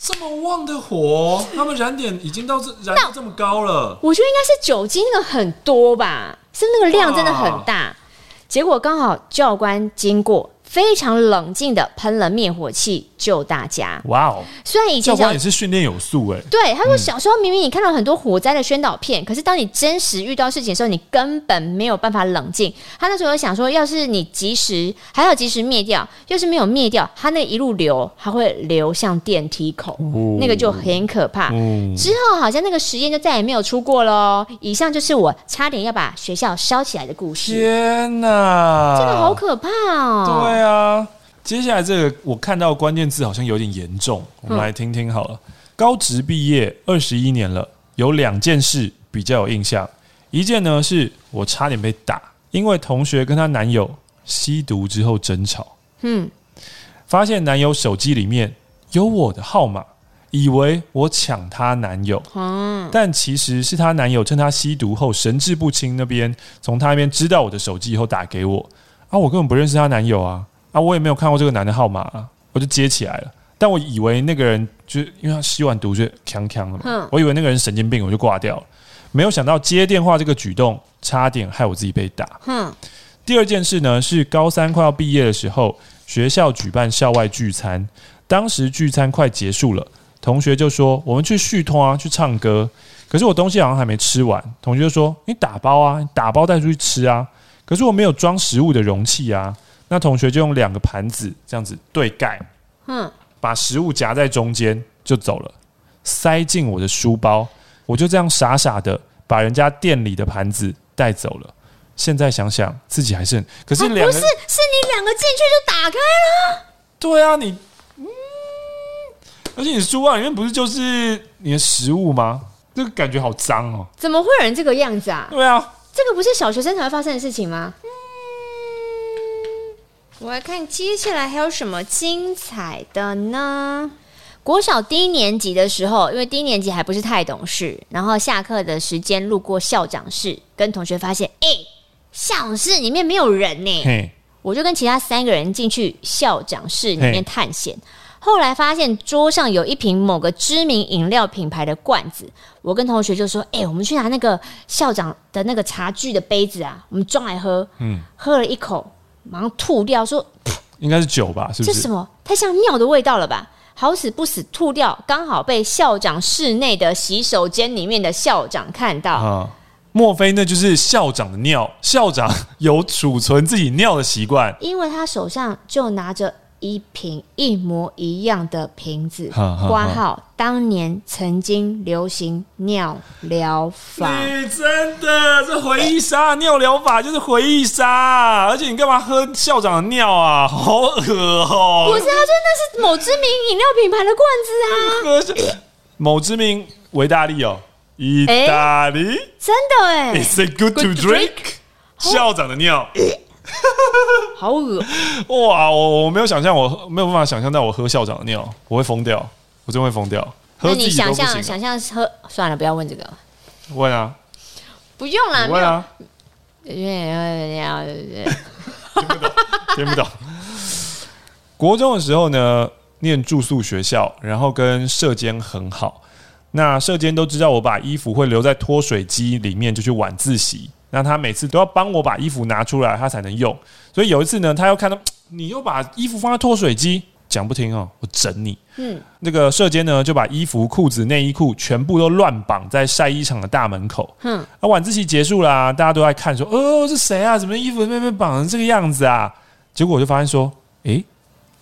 S1: 这么旺的火，他们燃点已经到这燃到这么高了，
S2: 我觉得应该是酒精那个很多吧，是那个量真的很大。结果刚好教官经过，非常冷静的喷了灭火器救大家。
S1: 哇哦！
S2: 虽然以前
S1: 教
S2: 小
S1: 官也是训练有素哎、
S2: 对他说，小时候明明你看到很多火灾的宣导片，可是当你真实遇到事情的时候，你根本没有办法冷静。他那时候有想说，要是你及时还要及时灭掉，要是没有灭掉，他那一路流，它会流向电梯口，
S1: 哦
S2: 那个就很可怕。
S1: 嗯，
S2: 之后哦好像那个实验就再也没有出过喽。以上就是我差点要把学校烧起来的故事，
S1: 天哪，
S2: 真的好可怕哦！
S1: 对啊，接下来这个我看到关键字好像有点严重，我们来听听好了。高职毕业二十一年了，有两件事比较有印象，一件呢是我差点被打，因为同学跟她男友吸毒之后争吵，
S2: 嗯，
S1: 发现男友手机里面有我的号码，以为我抢她男友，
S2: 嗯，
S1: 但其实是她男友趁她吸毒后神志不清那边，从她那边知道我的手机以后打给我，啊，我根本不认识她男友啊，啊，我也没有看过这个男的号码、啊，我就接起来了。但我以为那个人就是因为他吸完毒就呛呛了嘛
S2: 嗯，
S1: 我以为那个人神经病，我就挂掉了。没有想到接电话这个举动，差点害我自己被打。
S2: 哼，
S1: 第二件事呢，是高三快要毕业的时候，学校举办校外聚餐，当时聚餐快结束了，同学就说我们去续通啊，去唱歌。可是我东西好像还没吃完，同学就说你打包啊，你打包带出去吃啊。可是我没有装食物的容器啊，那同学就用两个盘子这样子对盖，
S2: 哼，
S1: 把食物夹在中间就走了，塞进我的书包，我就这样傻傻的把人家店里的盘子带走了。现在想想自己还是很，可是
S2: 啊
S1: 两个
S2: 不是，
S1: 人、
S2: 是你两个进去就打开了，
S1: 对啊，你，嗯，而且你书包里面不是就是你的食物吗？这个感觉好脏哦。
S2: 怎么会有人这个样子啊？
S1: 对啊，
S2: 这个不是小学生才会发生的事情吗？嗯我来看接下来还有什么精彩的呢？国小低年级的时候，因为低年级还不是太懂事，然后下课的时间路过校长室，跟同学发现，哎、校长室里面没有人呢、
S1: 嘿，
S2: 我就跟其他三个人进去校长室里
S1: 嘿
S2: 面探险。后来发现桌上有一瓶某个知名饮料品牌的罐子，我跟同学就说：“哎、我们去拿那个校长的那个茶具的杯子啊，我们装来喝。”嗯，喝了一口，马上吐掉，说
S1: 应该是酒吧，是不
S2: 这
S1: 是
S2: 什？么？太像尿的味道了吧！好死不死吐掉，刚好被校长室内的洗手间里面的校长看到。
S1: 啊，莫非那就是校长的尿？校长有储存自己尿的习惯
S2: 因为他手上就拿着一瓶一模一样的瓶子
S1: 哈哈哈，
S2: 挂号当年曾经流行尿疗法。
S1: 你真的这回忆杀尿疗法就是回忆杀，而且你干嘛喝校长的尿啊？好恶哦、
S2: 不是，他说那是某知名饮料品牌的罐子啊，
S1: 喝下某知名维大利哦，意大利、
S2: 真的哎、
S1: is it good to
S2: Good to
S1: drink？校
S2: 哦
S1: 长的尿，
S2: 好恶。
S1: 哇！我我没有想象，我没有办法想象到我喝校长的尿，我会疯掉，我真会疯掉。喝
S2: 那
S1: 自
S2: 你
S1: 己都
S2: 想
S1: 不行啊、
S2: 象想象喝，算了，不要问这个，
S1: 问啊，
S2: 不用啦，没
S1: 问啊，
S2: 有。
S1: 听不懂。国中的时候呢，念住宿学校，然后跟社监很好。那社监都知道我把衣服会留在脱水机里面，就去晚自习。那他每次都要帮我把衣服拿出来，他才能用。所以有一次呢，他又看到你又把衣服放在脱水机，讲不听哦，我整你。
S2: 嗯，
S1: 那个社监呢，就把衣服、裤子、内衣裤全部都乱绑在晒衣场的大门口。
S2: 哼，
S1: 啊，晚自习结束啦、大家都在看说，哦，是谁啊？怎么衣服被被绑成这个样子啊？结果我就发现说，诶、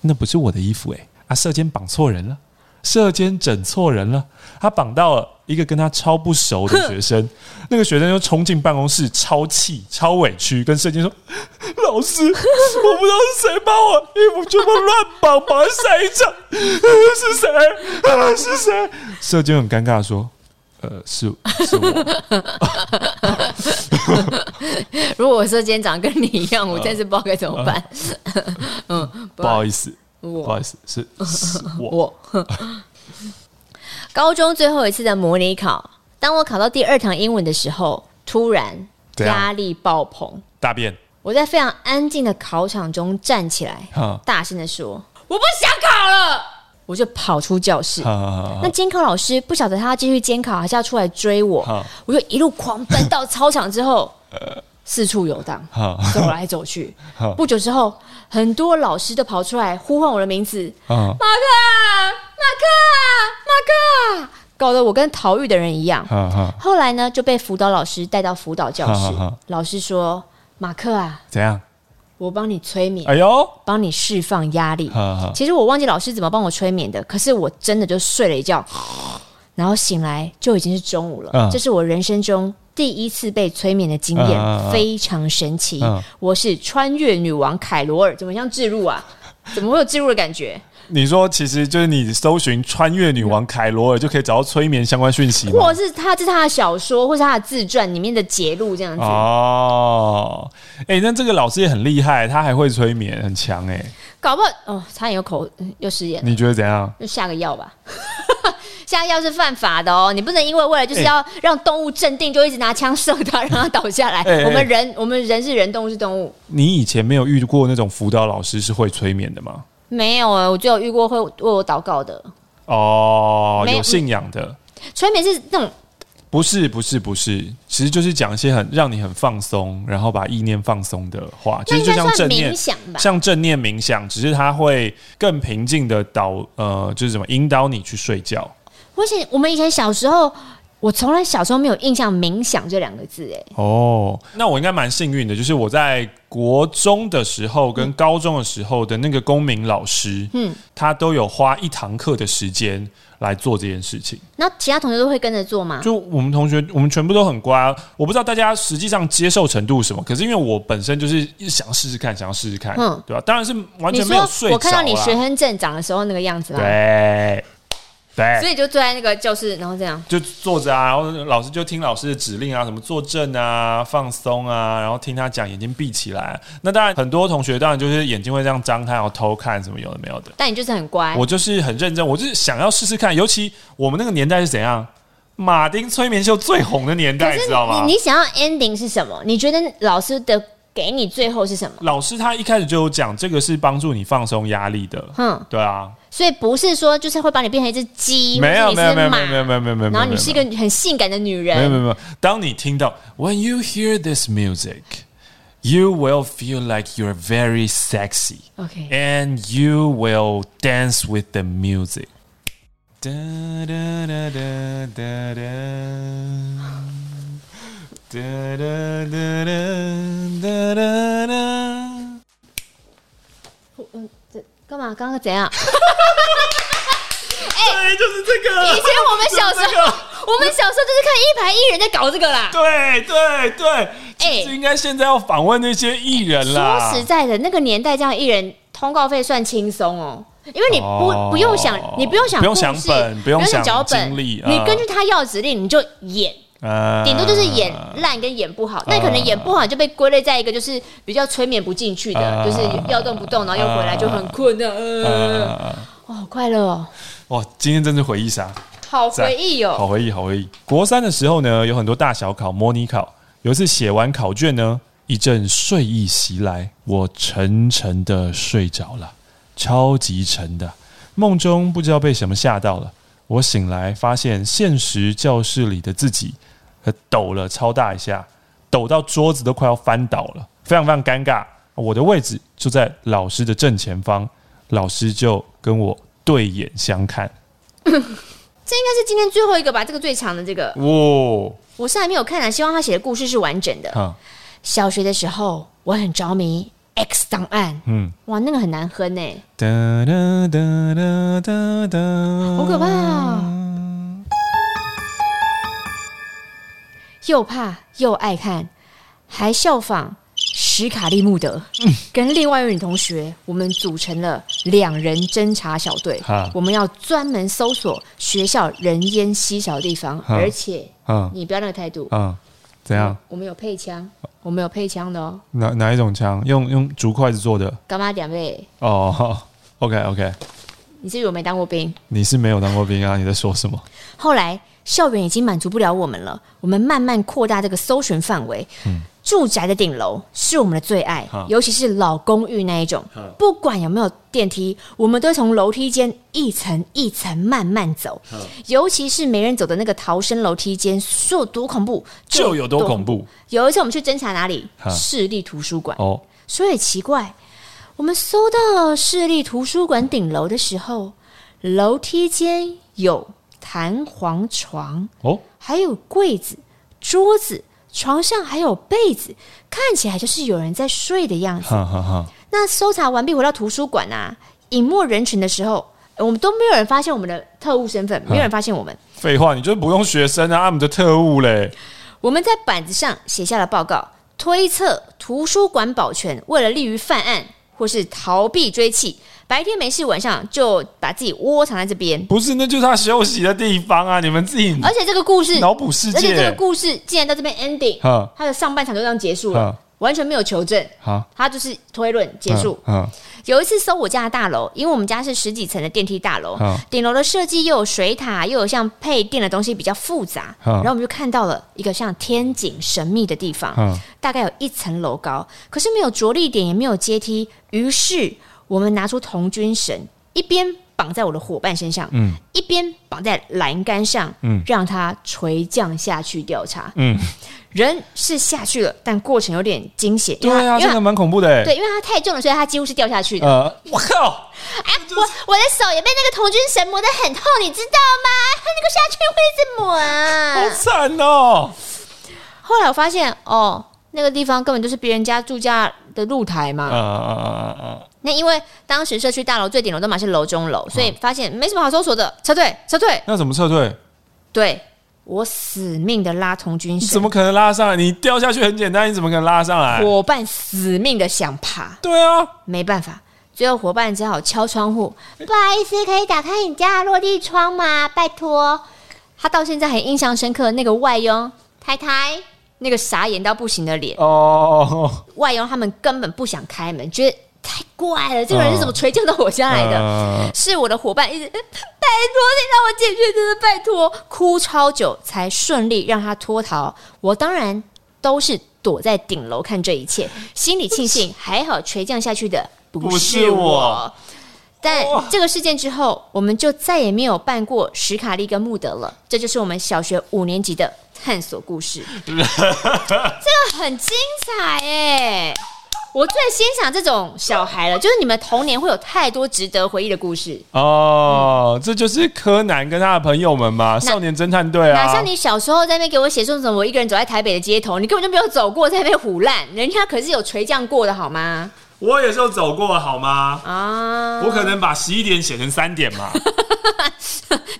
S1: 那不是我的衣服诶、啊，社监绑错人了，社监整错人了，他绑到了一个跟他超不熟的学生，那个学生就冲进办公室，超气、超委屈，跟社监说：“ 老师，我不知道是谁把我衣服全部乱绑，绑在晒衣上，是谁？啊是谁？”社监很尴尬地说：“呃，是是我。”
S2: 如果我说今天长得跟你一样，
S1: 啊
S2: 我真是不知道该怎么办。嗯，
S1: 不好意思，不
S2: 我
S1: 好意思，是是我。
S2: 我 高中最后一次的模拟考，当我考到第二堂英文的时候，突然
S1: 怎样
S2: 压力爆棚，
S1: 大便，
S2: 我在非常安静的考场中站起来，
S1: 哈
S2: 大声的说：“我不想考了！”我就跑出教室。
S1: 哈
S2: 那监考老师不晓得他要继续监考还是要出来追我
S1: 哈，
S2: 我就一路狂奔到操场之 后，四处游荡，
S1: 哈
S2: 走来走去
S1: 哈。
S2: 不久之后，很多老师都跑出来呼唤我的名字，
S1: 哈
S2: 马克，马克，马克，搞得我跟逃狱的人一样。
S1: 哈哈，
S2: 后来呢，就被辅导老师带到辅导教
S1: 哈
S2: 室
S1: 哈哈，
S2: 老师说：“马克啊，
S1: 怎样？
S2: 我帮你催眠，
S1: 哎呦，
S2: 帮你释放压力。”
S1: 哈哈，
S2: 其实我忘记老师怎么帮我催眠的，可是我真的就睡了一觉，然后醒来就已经是中午了。
S1: 嗯
S2: 这是我人生中第一次被催眠的经
S1: 嗯
S2: 验，
S1: 嗯嗯嗯
S2: 非常神奇。
S1: 嗯
S2: 我是穿越女王凯罗尔，怎么像置入啊？怎么会有置入的感觉？
S1: 你说其实就是你搜寻穿越女王凯罗尔就可以找到催眠相关讯息吗
S2: 或？者是他这是他的小说，或是他的自传里面的节录这样子。
S1: 哦，哎、那这个老师也很厉害，他还会催眠，很强哎、
S2: 搞不好哦，差点又口嗯又失言了，
S1: 你觉得怎样？
S2: 就下个药吧。 下个药是犯法的哦，你不能因为为了就是
S1: 哎
S2: 要让动物镇定，就一直拿枪射它，让它倒下来。
S1: 哎哎
S2: 我们人，我们人是人，动物是动物。
S1: 你以前没有遇过那种辅导老师是会催眠的吗？
S2: 没有啊，我只有遇过会为我祷告的。
S1: 哦，
S2: 没有
S1: 有信仰的，
S2: 催眠是那种
S1: 不是不是不是，其实就是讲一些很让你很放松，然后把意念放松的话，其
S2: 那
S1: 实
S2: 应
S1: 就
S2: 该
S1: 像
S2: 算
S1: 正念
S2: 冥想吧？
S1: 像正念冥想，只是它会更平静的导呃，就是什么引导你去睡觉。
S2: 我以前我们以前小时候，我从来小时候没有印象冥想这两个字，哎，
S1: 哦，那我应该蛮幸运的，就是我在国中的时候跟高中的时候的那个公民老师，嗯，他都有花一堂课的时间来做这件事情。
S2: 那其他同学都会跟着做吗？
S1: 就我们同学，我们全部都很乖啊、我不知道大家实际上接受程度是什么，可是因为我本身就是想试试看，想要试试看，
S2: 嗯
S1: 对吧、当然是完
S2: 你
S1: 全没有
S2: 说
S1: 睡着
S2: 我看到你
S1: 啦
S2: 学生证长的时候那个样子吗？
S1: 对对，
S2: 所以就坐在那个教室，然后这样。
S1: 就坐着啊，然后老师就听老师的指令啊，什么坐正啊、放松啊，然后听他讲，眼睛闭起来。啊那当然，很多同学当然就是眼睛会这样张开，然后偷看什么有的没有的。
S2: 但你就是很乖，
S1: 我就是很认真，我就是想要试试看。尤其我们那个年代是怎样，马丁催眠秀最红的年代，你知道吗？
S2: 你你想要 ending 是什么？你觉得老师的给你最后是什么？
S1: 老师他一开始就有讲，这个是帮助你放松压力的。
S2: 哼，
S1: 对啊，
S2: 所以不是说就是会把你变成一只鸡，
S1: 没有
S2: 或
S1: 没
S2: 者
S1: 有
S2: 你
S1: 没
S2: 是
S1: 有
S2: 马
S1: 没有没有没有没有没有，
S2: 然后你是一个很性感的女
S1: 没有没
S2: 人，
S1: 有没有。当你听到 When you hear this music, you will feel like you're very sexy. 哎
S2: OK，
S1: and you will dance with the music. 哒哒哒哒哒哒，哒哒哒哒哒哒哒。
S2: 干嘛？刚刚怎样？哎
S1: 对，就是这
S2: 以
S1: 个。
S2: 前我们小时
S1: 就是这个
S2: 候， 我们小时候就是看一排艺人在搞这个啦。
S1: 对对
S2: 哎
S1: 对，其实应该现在要访问那些艺人啦。
S2: 说实在的，那个年代这样艺人通告费算轻松哦，因为你不、
S1: 哦
S2: 不用想，你不用想
S1: 不用
S2: 故事
S1: 想本
S2: 不
S1: 不用
S2: 想
S1: 想
S2: 脚本，
S1: 经历
S2: 你
S1: 嗯
S2: 根据他要指令你就演。
S1: 呃
S2: 顶多就是演烂跟演不好，
S1: 嗯
S2: 那可能演不好就被归类在一个就是比较催眠不进去的，
S1: 啊
S2: 就是要动不动，然后又回来就很困啊，呃
S1: 呃，
S2: 哦，好快乐哦，
S1: 哇，今天真是回忆杀。
S2: 好回忆
S1: 好
S2: 哦，
S1: 回忆，好回忆。国三的时候呢，有很多大小考、模拟考。有一次写完考卷呢，一阵睡意袭来，我沉沉的睡着了，超级沉的。梦中不知道被什么吓到了，我醒来发现现实教室里的自己，呃，抖了超大一下，抖到桌子都快要翻倒了，非常非常尴尬。我的位置就在老师的正前方，老师就跟我对眼相看。
S2: 这应该是今天最后一个吧，这个最长的这个
S1: 哇、
S2: 我是还没有看啊，希望他写的故事是完整的。
S1: 哈，
S2: 小学的时候我很着迷 X 档案，
S1: 嗯。
S2: 哇，那个很难哼欸呢，
S1: 哒哒哒哒哒哒，
S2: 好可怕哦又怕又爱看，还效仿史卡利穆德，
S1: 嗯
S2: 跟另外一位女同学，我们组成了两人侦查小队
S1: 哈，
S2: 我们要专门搜索学校人烟稀少的地方，
S1: 哈
S2: 而且
S1: 嗯
S2: 你不要那个态度。
S1: 嗯，怎样？
S2: 我们有配枪，我们有配枪的哦，
S1: 哪哪一种枪？用用竹筷子做的？
S2: 干嘛两位？
S1: 哦，OK OK，
S2: 你是不是有没当过兵？
S1: 你是没有当过兵啊？你在说什么？
S2: 后来校园已经满足不了我们了，我们慢慢扩大这个搜寻范围。
S1: 嗯
S2: 住宅的顶楼是我们的最爱
S1: 哈，
S2: 尤其是老公寓那一种
S1: 哈，
S2: 不管有没有电梯，我们都从楼梯间一层一层慢慢走。尤其是没人走的那个逃生楼梯间，说有多恐怖
S1: 就有多恐
S2: 怖。
S1: 怖
S2: 有一次我们去侦查哪里？
S1: 哈
S2: 市立图书馆。
S1: 哦！
S2: 所以奇怪，我们搜到市立图书馆顶楼的时候，楼梯间有弹簧床，
S1: 哦，
S2: 还有柜子、桌子，床上还有被子，看起来就是有人在睡的样子。
S1: 哈哈哈，
S2: 那搜查完毕回到图书馆啊，隐没人群的时候，呃我们都没有人发现我们的特务身份，没有人发现我们。
S1: 废话，你就是不用学生啊，啊我们的特务嘞。
S2: 我们在板子上写下了报告，推测图书馆保全为了利于犯案或是逃避追缉，白天没事，晚上就把自己窝藏在这边。
S1: 不是，那就是他休息的地方啊！你们自己
S2: 而且这个故事，
S1: 脑补世
S2: 而且这个
S1: 界。
S2: 故事竟然到这边 ending，
S1: 哈
S2: 它的上半场就这样结束
S1: 嗯
S2: 了，完全没有求证，
S1: 好，
S2: 它就是推论结束。
S1: 嗯。
S2: 有一次搜我家的大楼，因为我们家是十几层的电梯大楼
S1: 好，
S2: 顶楼的设计又有水塔，又有像配电的东西比较复杂，
S1: 好
S2: 然后我们就看到了一个像天井神秘的地
S1: 好
S2: 方，大概有一层楼高，可是没有着力点，也没有阶梯，于是我们拿出童军绳，一边绑在我的伙伴身上，
S1: 嗯
S2: 一边绑在栏杆上，
S1: 嗯
S2: 让它垂降下去调查。
S1: 嗯，
S2: 人是下去了，但过程有点惊险，因
S1: 对
S2: 为它
S1: 啊，
S2: 因
S1: 这
S2: 为
S1: 个
S2: 它
S1: 蛮恐怖的、欸。
S2: 对，因为它太重了，所以它几乎是掉下去的。
S1: 呃，我靠，
S3: 哎，我我的手也被那个童军绳磨得很痛，你知道吗？他那个下去会一直磨
S2: 嗯
S1: 好
S3: 啊。
S1: 惨哦、
S2: 后来我发现，哦，那个地方根本就是别人家住家的露台嘛。
S1: 呃呃呃
S2: 那因为当时社区大楼最顶楼都满是楼中
S1: 啊
S2: 楼，所以发现没什么好搜索的，撤退，撤退。
S1: 那怎么撤退？
S2: 对我死命的拉童军
S1: 你怎
S2: 绳，
S1: 么可能拉上来？你掉下去很简单，你怎么可能拉上来？
S2: 伙伴死命的想爬，
S1: 对啊，
S2: 没办法，最后伙伴只好敲窗户。
S3: 不好意思，可以打开你家的落地窗吗？拜托。
S2: 他到现在很印象深刻，那个外佣
S3: 太太，
S2: 那个傻眼到不行的脸，
S1: 哦，
S2: 外佣他们根本不想开门，觉得太怪了，这个人是怎么垂降到我家来的？
S1: 呃
S2: 是我的伙伴一直拜托你让我解决，真的拜托，哭超久才顺利让他脱逃。我当然都是躲在顶楼看这一切，心里庆幸还好垂降下去的
S1: 不
S2: 不
S1: 是
S2: 是
S1: 我
S2: 我。但
S1: 哇
S2: 这个事件之后，我们就再也没有办过史卡利跟穆德了。这就是我们小学五年级的探索故 事，这个很精彩哎！我最欣赏这种小孩了，就是你们童年会有太多值得回忆的故事。
S1: 哦，这就是柯南跟他的朋友们嘛，少年侦探队
S2: 哪
S1: 啊
S2: 像。你小时候在那边给我写说什么我一个人走在台北的街头，你根本就没有走过，在那边胡烂，人家可是有垂降过的好吗？
S1: 我也是有走过好吗？
S2: 啊，
S1: 我可能把十一点写成三点嘛。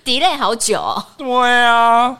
S2: delay 好久哦、
S1: 对啊，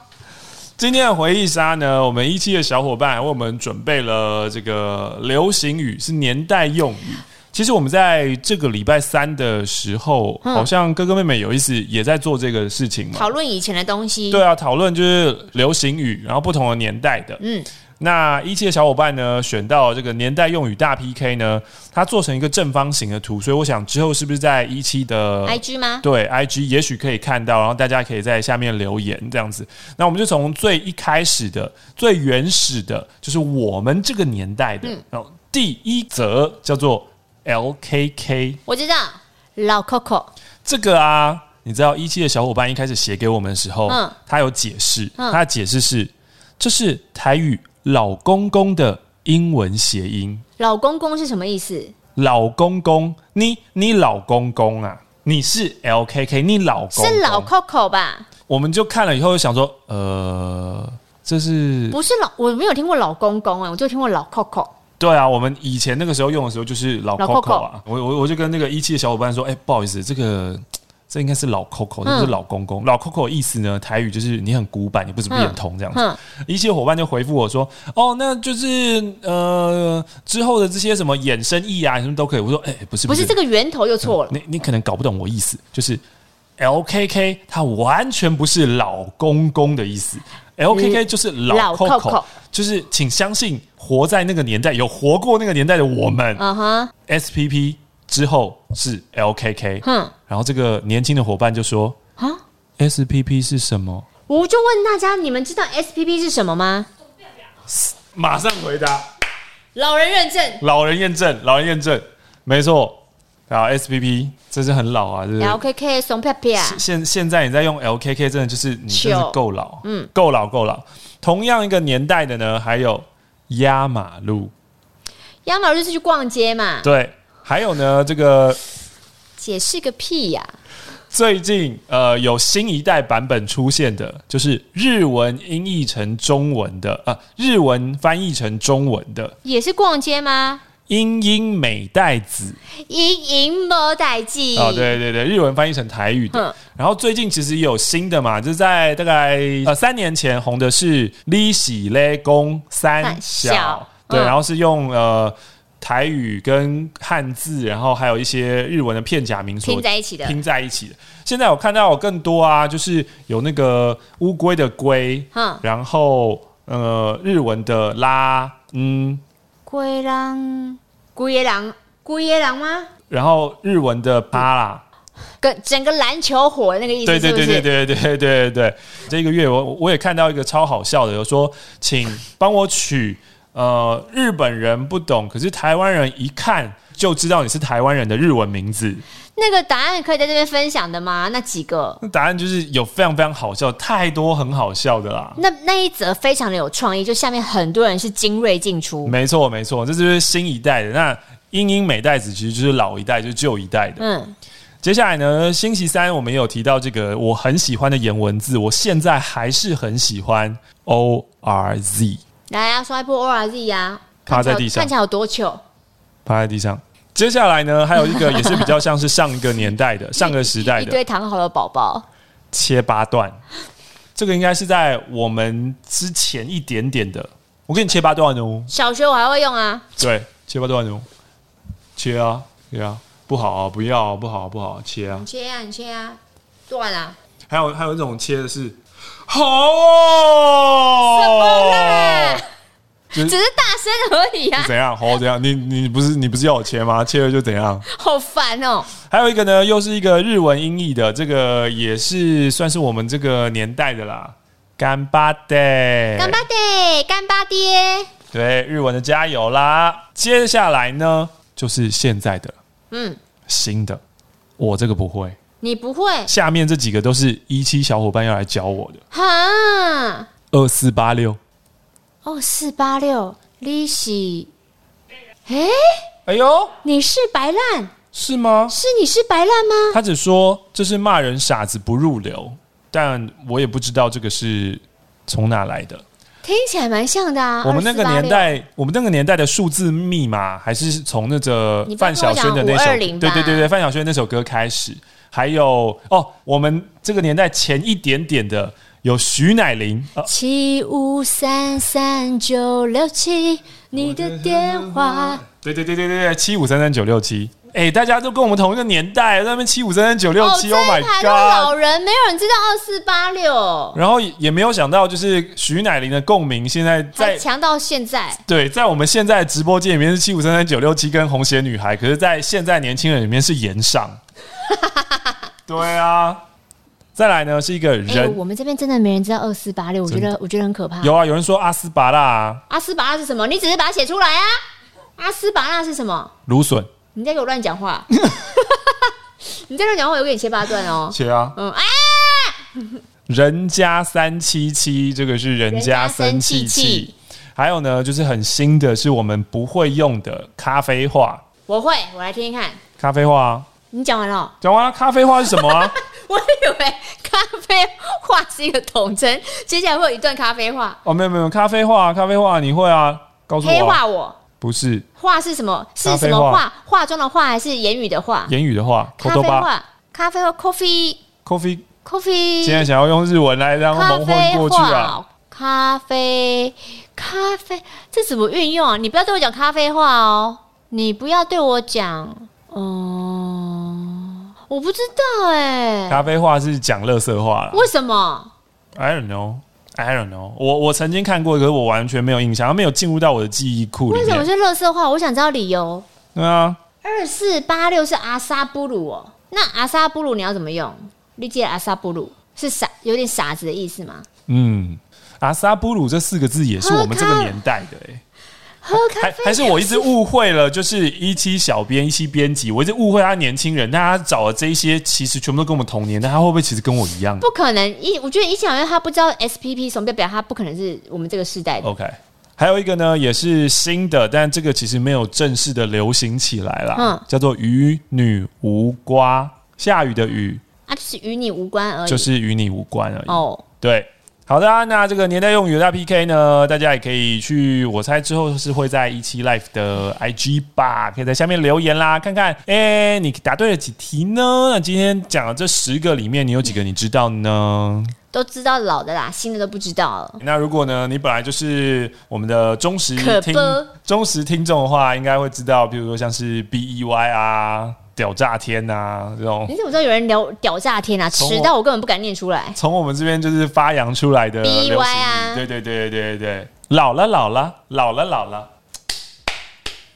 S1: 今天的回忆杀呢，我们一期的小伙伴还为我们准备了这个流行语，是年代用语。其实我们在这个礼拜三的时候，好像哥哥妹妹有意思也在做这个事情嘛，
S2: 嗯讨论以前的东西。
S1: 对啊，讨论就是流行语，然后不同的年代的。
S2: 嗯，
S1: 那一期的小伙伴呢，选到这个年代用语大 PK 呢，它做成一个正方形的图，所以我想之后是不是在一期的
S2: IG 吗？
S1: 对，IG 也许可以看到，然后大家可以在下面留言这样子。那我们就从最一开始的、最原始的，就是我们这个年代
S2: 嗯
S1: 的。然后第一则叫做 LKK，
S2: 我知道，老 Coco，
S1: 这个啊，你知道一期的小伙伴一开始写给我们的时候，
S2: 嗯
S1: 他有解释，
S2: 嗯
S1: 他的解释是这是台语“老公公”的英文谐音。
S2: 老公公是什么意思？
S1: 老公公，你你老公公啊，你是 LKK，你老公公
S2: 是老 Coco 吧？
S1: 我们就看了以后就想说，呃，这是
S2: 不是老，我没有听过老公公哎、我就听过老 Coco。
S1: 对啊。我们以前那个时候用的时候就是老
S2: 老
S1: Coco 啊，我我我就跟那个一期的小伙伴说，哎、不好意思，这个这应该是老 Coco，这不
S2: 嗯
S1: 是老公公。老 Coco 的意思呢，台语就是你很古板，你不怎么变通这样子。
S2: 嗯
S1: 一些伙伴就回复我说：“哦，那就是呃之后的这些什么衍生意啊，什么都可以。”我说：“哎、不是，
S2: 不是这
S1: 个，
S2: 个源头又错了，
S1: 你你可能搞不懂我意思，就是 LKK 它完全不是老公公的意思，LKK 就是
S2: 嗯老
S1: 老 Coco，,
S2: Coco
S1: 就是请相信活在那个年代，有活过那个年代的我们。
S2: 嗯哼，
S1: SPP 之后是 LKK，
S2: 哼
S1: 然后这个年轻的伙伴就说
S2: 啊，
S1: SPP 是什么？
S2: 我就问大家，你们知道 SPP 是什么吗？
S1: 马上回答。
S2: 老人认证
S1: 老人验证，老人验证，没错。啊，SPP 这是很老啊，就是
S2: LKK 怂啪啪，
S1: 现现在你在用 LKK，真的就是你真的是
S2: 糗
S1: 够老，嗯，够老够老。同样一个年代的呢，还有压马路，
S2: 亚马逊就是去逛街嘛，
S1: 对，还有呢这个
S2: 解释个屁呀、
S1: 最近呃有新一代版本出现的，就是日文音译成中文的，啊，日文翻译成中文的
S2: 也是逛街吗？
S1: 英英美代子，
S2: 赢赢没代际
S1: 哦，对对对，日文翻译成台语的
S2: 嗯。
S1: 然后最近其实也有新的嘛，就是在大概呃三年前红的是《利喜勒公三
S2: 三
S1: 小》
S2: 小
S1: 对，
S2: 嗯
S1: 然后是用呃台语跟汉字，然后还有一些日文的片假名所
S2: 拼在一起的，
S1: 拼在一起的。现在我看到有更多啊，就是有那个乌龟的龟，
S2: 哼，
S1: 然后呃日文的拉，嗯，
S2: 龟狼，龟野狼，龟野狼吗？
S1: 然后日文的巴啦。
S2: 跟整个篮球火的那个意思
S1: 对对
S2: 是不
S1: 对
S2: 是？
S1: 对对对对对对，这个月我我也看到一个超好笑的，有说请帮我取呃日本人不懂，可是台湾人一看就知道你是台湾人的日文名字。
S2: 那个答案可以在这边分享的吗？那几个，
S1: 那答案就是有非常非常好笑，太多很好笑的啦。
S2: 那那一则非常的有创意，就下面很多人是精锐进出，
S1: 没错没错，这就是新一代的那。英英美代子其实就是老一代，就是旧一代的。
S2: 嗯，
S1: 接下来呢，星期三我们也有提到这个我很喜欢的颜文字，我现在还是很喜欢 O R Z。
S2: 来啊，刷一波 O R Z 啊，
S1: 趴
S2: 看起来
S1: 在地上
S2: 看起来有多糗，
S1: 趴在地上。接下来呢，还有一个也是比较像是上一个年代的、上个时代
S2: 一
S1: 的
S2: 堆躺好的宝宝，
S1: 切八段，这个应该是在我们之前一点点的。我给你切八段哦，
S2: 小学我还会用啊，
S1: 对，切八段哦，切啊，对啊，不好啊，不要啊、不好啊、不好啊、切啊
S2: 你。切啊，你切啊，断啊，
S1: 还有还有一种切的是，好、哦，
S2: 怎么啦？
S1: 就是
S2: 只是大声而已啊，
S1: 怎样？好、怎样？你你不是你不是要我切吗？切了就怎样？
S2: 好烦哦，
S1: 还有一个呢，又是一个日文音译的，这个也是算是我们这个年代的啦。干巴爹，
S2: 干巴爹，干巴爹，
S1: 对，日文的加油啦！接下来呢，就是现在的
S2: 嗯，
S1: 新的，我这个不会。
S2: 你不会
S1: 下面这几个都是一期小伙伴要来教我的，
S2: 哈？
S1: 二四八六。
S2: 哦，四八六利息，哎、
S1: 哎呦，
S2: 你是白烂？
S1: 是吗？
S2: 是你是白烂吗？
S1: 他只说这是骂人傻子不入流，但我也不知道这个是从哪来的。
S2: 听起来蛮像的啊。
S1: 我们那个
S2: 2486
S1: 年，代，我们那个年代的数字密码还是从那个
S2: 你不要
S1: 范晓萱的那
S2: 跟我
S1: 首，
S2: 讲
S1: 对
S2: 520
S1: 对
S2: 吧
S1: 对对，范晓萱那首歌开始，还有哦，我们这个年代前一点点的有徐乃麟，呃
S2: 七五三三九六七，你的电话。
S1: 对对对对对对，七五三三九六七，哎，大家都跟我们同一个年代，在那边七五三三九六
S2: 哦，这
S1: 七
S2: 一
S1: ，Oh my
S2: 排都
S1: God！
S2: 老人，没有人知道二四八六，
S1: 然后也也没有想到，就是徐乃麟的共鸣，现在在
S2: 还强到现在。
S1: 对，在我们现在的直播间里面是七五三三九六七跟红鞋女孩，可是，在现在年轻人里面是岩上。 对啊，再来呢是一个
S2: 哎、
S1: 人，
S2: 我们这边真的没人知道二四八六，我觉得我觉得很可怕。
S1: 有啊，有人说阿斯巴拉、啊、
S2: 阿斯巴拉是什么？你只是把它写出来啊。阿斯巴拉是什么？
S1: 芦笋，
S2: 你在给我乱讲 话！你在乱讲话，我给你切八段哦。
S1: 切啊，
S2: 嗯，哎、
S1: 人家三七七，这个是人家三七七
S2: 人家三七七。
S1: 还有呢，就是很新的，是我们不会用的咖啡话。
S2: 我会，我来听听看。
S1: 咖啡话啊，
S2: 你讲完了哦，
S1: 讲完了，咖啡话是什么啊？
S2: 我以为咖啡话是一个统称，接下来会有一段咖啡话。
S1: 哦，没有没有，咖啡话，咖啡话你会啊？告诉
S2: 黑
S1: 我、啊，
S2: 化我
S1: 不是
S2: 化是什么？
S1: 咖
S2: 是
S1: 啡
S2: 什
S1: 话
S2: 么化？化妆的化还是言语的化？
S1: 言语的话，
S2: 咖
S1: 口头
S2: 啡
S1: 吧
S2: 话，咖啡或 coffee
S1: coffee，
S2: coffee，
S1: 现在想要用日文来让它
S2: 咖
S1: 蒙
S2: 啡
S1: 混过去啊。
S2: 化，咖啡，咖啡，这怎么运用啊？你不要对我讲咖啡话哦，你不要对我讲，嗯，我不知道哎、
S1: 咖啡话是讲乐色话了
S2: 为什么？
S1: ，I don't know。I don't know，我我曾经看过，可是我完全没有印象，它没有进入到我的记忆库里
S2: 为什么
S1: 面。
S2: 是乐色话？我想知道理由。
S1: 对啊，
S2: 二四八六是阿萨布鲁哦，那阿萨布鲁你要怎么用？你记得阿萨布鲁是傻，有点傻子的意思吗？
S1: 嗯，阿萨布鲁这四个字也是我们这个年代的、欸，
S2: 喝咖
S1: 还
S2: 啡
S1: 还是我一直误会了，就是一期小编、一期编辑，我一直误会他年轻人，但他找的这一些其实全部都跟我们同年，但他会不会其实跟我一样
S2: 不可能一，我觉得一想因为他不知道 SPP 什么代表，他不可能是我们这个时代的。
S1: ？OK，还有一个呢，也是新的，但这个其实没有正式的流行起来啦，
S2: 嗯
S1: 叫做与女无瓜，下雨的雨
S2: 啊，就是与你无关而已。
S1: 就是与你无关而已。
S2: 嗯哦，
S1: 对，好的、啊，那这个年代用语的大 PK 呢，大家也可以去，我猜之后是会在一期 Life 的 IG 吧，可以在下面留言啦，看看，哎、你答对了几题呢？那今天讲的这十个里面，你有几个你知道呢？
S2: 都知道老的啦，新的都不知道了。
S1: 那如果呢，你本来就是我们的忠实
S2: 可
S1: 听
S2: 播
S1: 忠实听众的话，应该会知道，比如说像是 B E Y 啊、屌炸天啊这种。
S2: 你怎么知道有人聊屌炸天啊？
S1: 从我
S2: 迟到我根本不敢念出来。
S1: 从我们这边就是发扬出来的
S2: BY
S1: 流行语
S2: 啊
S1: 对对对对对对，老了老了老了老了，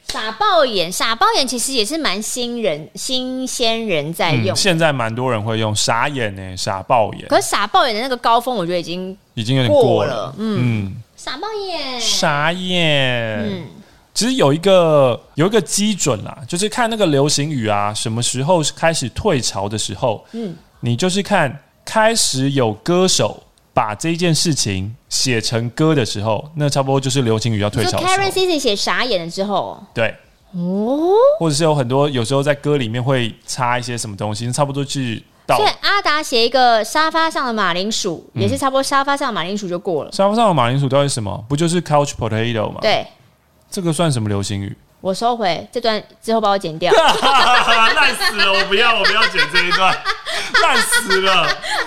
S2: 傻爆眼，傻爆眼其实也是蛮新人、新鲜人在用。
S1: 嗯现在蛮多人会用傻眼呢、傻爆眼，
S2: 可是傻爆眼的那个高峰，我觉得已经
S1: 已经有点
S2: 过
S1: 过
S2: 了。
S1: 了，
S2: 嗯，
S1: 嗯，
S2: 傻爆眼，
S1: 傻眼，
S2: 嗯
S1: 其实有一个有一个基准啦，就是看那个流行语啊，什么时候开始退潮的时候，
S2: 嗯，
S1: 你就是看开始有歌手把这件事情写成歌的时候，那差不多就是流行语要退
S2: 就
S1: 潮的
S2: Karen
S1: 时候，
S2: Cici 写傻眼了之后，
S1: 对。
S2: 哦，
S1: 或者是有很多有时候在歌里面会插一些什么东西，差不多是到
S2: 所以阿达写一个沙发上的马铃薯，也
S1: 嗯
S2: 是差不多沙发上的马铃薯就过了。
S1: 沙发上的马铃薯到底是什么？不就是 couch potato 吗？，
S2: 对
S1: 这个算什么流行语？
S2: 我收回这段之后，把我剪掉。
S1: 烂死了！我不要，我不要剪这一段，烂死了！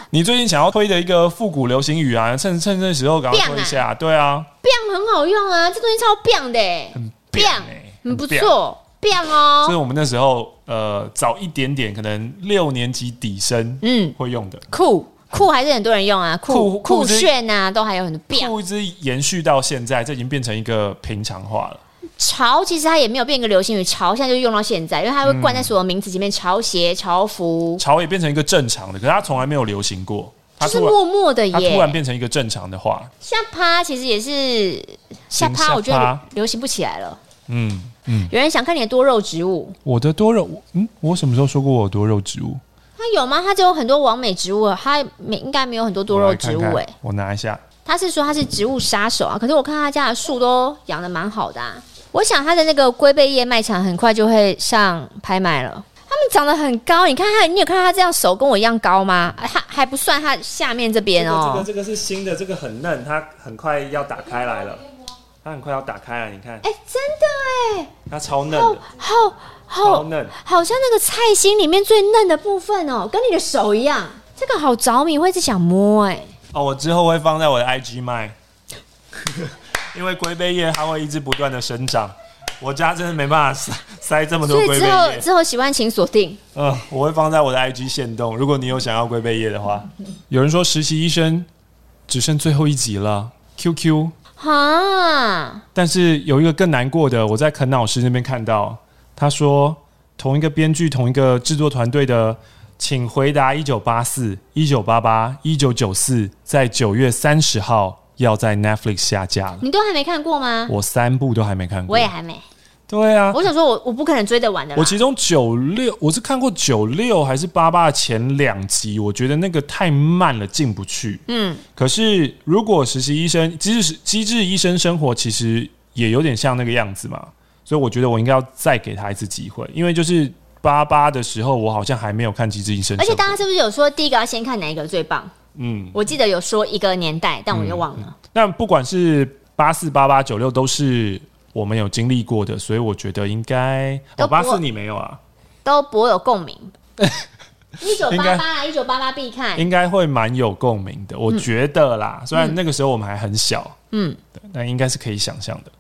S1: 你最近想要推的一个复古流行语啊，趁趁这时候赶快推一下，对啊，
S2: biang 很好用啊，这东西超 biang 的、欸，
S1: 很
S2: biang，
S1: 欸
S2: 很不。
S1: biang
S2: 错，biang
S1: 所以
S2: 哦，
S1: 我们那时候呃早一点点，可能六年级底生
S2: 嗯，
S1: 会用的。
S2: 酷酷还是很多人用啊，酷
S1: 酷酷
S2: 酷
S1: 是
S2: 炫啊，都还有很多 biang
S1: 酷一直延续到现在，这已经变成一个平常化了。
S2: 潮，其实它也没有变一个流行语，潮现在就用到现在，因为它会
S1: 嗯
S2: 冠在所有名词前面，潮鞋、潮服，
S1: 潮也变成一个正常的，可是它从来没有流行过，它
S2: 嗯就是
S1: 突然
S2: 默默的
S1: 它突然
S2: 耶。
S1: 变成一个正常的话，
S2: 下趴其实也是
S1: 下
S2: 下趴，
S1: 趴
S2: 我觉得流流行不起来了。
S1: 嗯嗯，
S2: 有人想看你的多肉植物，
S1: 我的多肉，嗯，我什么时候说过我有多肉植物？
S2: 它有吗？它就有很多完美植物，它没应该没有很多多
S1: 我
S2: 肉
S1: 来看
S2: 植物
S1: 看
S2: 哎、
S1: 我拿一下，
S2: 他是说他是植物杀手啊，可是我看他家的树都养的蛮好的、啊，我想他的那个龟背叶卖场很快就会上拍卖了。他们长得很高，你看他，你有看到他这样手跟我一样高吗？啊他还不算他下面这边哦，
S1: 这个是新的，这个很嫩，它很快要打开来了，它很快要打开了，你看，
S2: 哎、真的哎，
S1: 它超嫩
S2: 好好好，
S1: 嫩，
S2: 好像那个菜心里面最嫩的部分哦，跟你的手一样，这个好着迷，会一直想摸哎。
S1: 哦，我之后会放在我的 IG 卖， 因为龟背叶它会一直不断的生长，我家真的没办法塞塞这么多
S2: 所以
S1: 龟背
S2: 之后
S1: 叶。
S2: 之后喜欢请锁定，
S1: 嗯，我会放在我的 IG 线动。如果你有想要龟背叶的话，有人说实习医生只剩最后一集了，QQ。
S2: 哈，
S1: 但是有一个更难过的，我在肯老师那边看到，他说同一个编剧、同一个制作团队的《请回答一九八四》《一九八八》《一九九四》在九月三十号要在 Netflix 下架了。
S2: 你都还没看过吗？
S1: 我三部都还没看过，
S2: 我也还没。
S1: 对啊，
S2: 我想说我，我不可能追得完的啦。
S1: 我其中九六，我是看过九六还是八八的前两集，我觉得那个太慢了，进不去。
S2: 嗯，
S1: 可是如果实习医生，机智机智医生生活其实也有点像那个样子嘛，所以我觉得我应该要再给他一次机会，因为就是八八的时候，我好像还没有看机智医生生活，
S2: 而且大家是不是有说第一个要先看哪一个最棒？
S1: 嗯，
S2: 我记得有说一个年代，但我又
S4: 嗯
S2: 忘了。
S1: 但不管是八四八八九六都是我们有经历过的，所以我觉得应该
S2: 都
S1: 哦
S2: 不
S1: 八
S2: 会
S1: 四你没有啊？
S2: 都博有共鸣，一九
S4: 应
S2: 八
S4: 该
S2: 八啊，一九八八必看。
S4: 应该会蛮有共鸣的，我觉得啦。虽然那个时候我们还很小，
S2: 嗯，
S4: 但应该是可以想象的。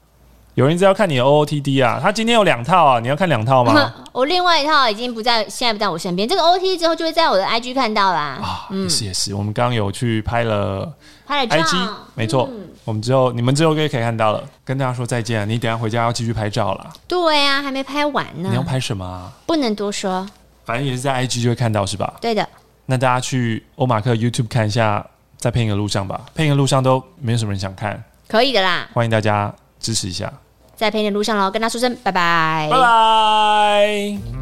S4: 有人在要看你的 OOTD 啊，他今天有两套啊，你要看两套吗？
S2: 我另外一套已经不在，现在不在我身边。这个 OT 之后就会在我的 IG 看到啦，
S4: 啊，也是也是，我们刚刚有去拍了
S2: 拍了
S4: IG，
S2: 照。
S4: 没错，我们之后你们之后可以可以看到了。跟大家说再见啊，你等一下回家要继续拍照啦。
S2: 对啊，还没拍完
S4: 你要
S2: 呢，
S4: 拍什么啊？
S2: 不能多说。
S4: 反正也是在 IG 就会看到是吧？
S2: 对的，
S4: 那大家去欧马克 YouTube 看一下，在配音的路上
S1: 嗯
S4: 吧。配音的路上都没有什么人想看，
S2: 可以的啦，
S4: 欢迎大家支持一下，
S2: 在陪你的路上喽，跟他说声拜拜
S4: 拜拜。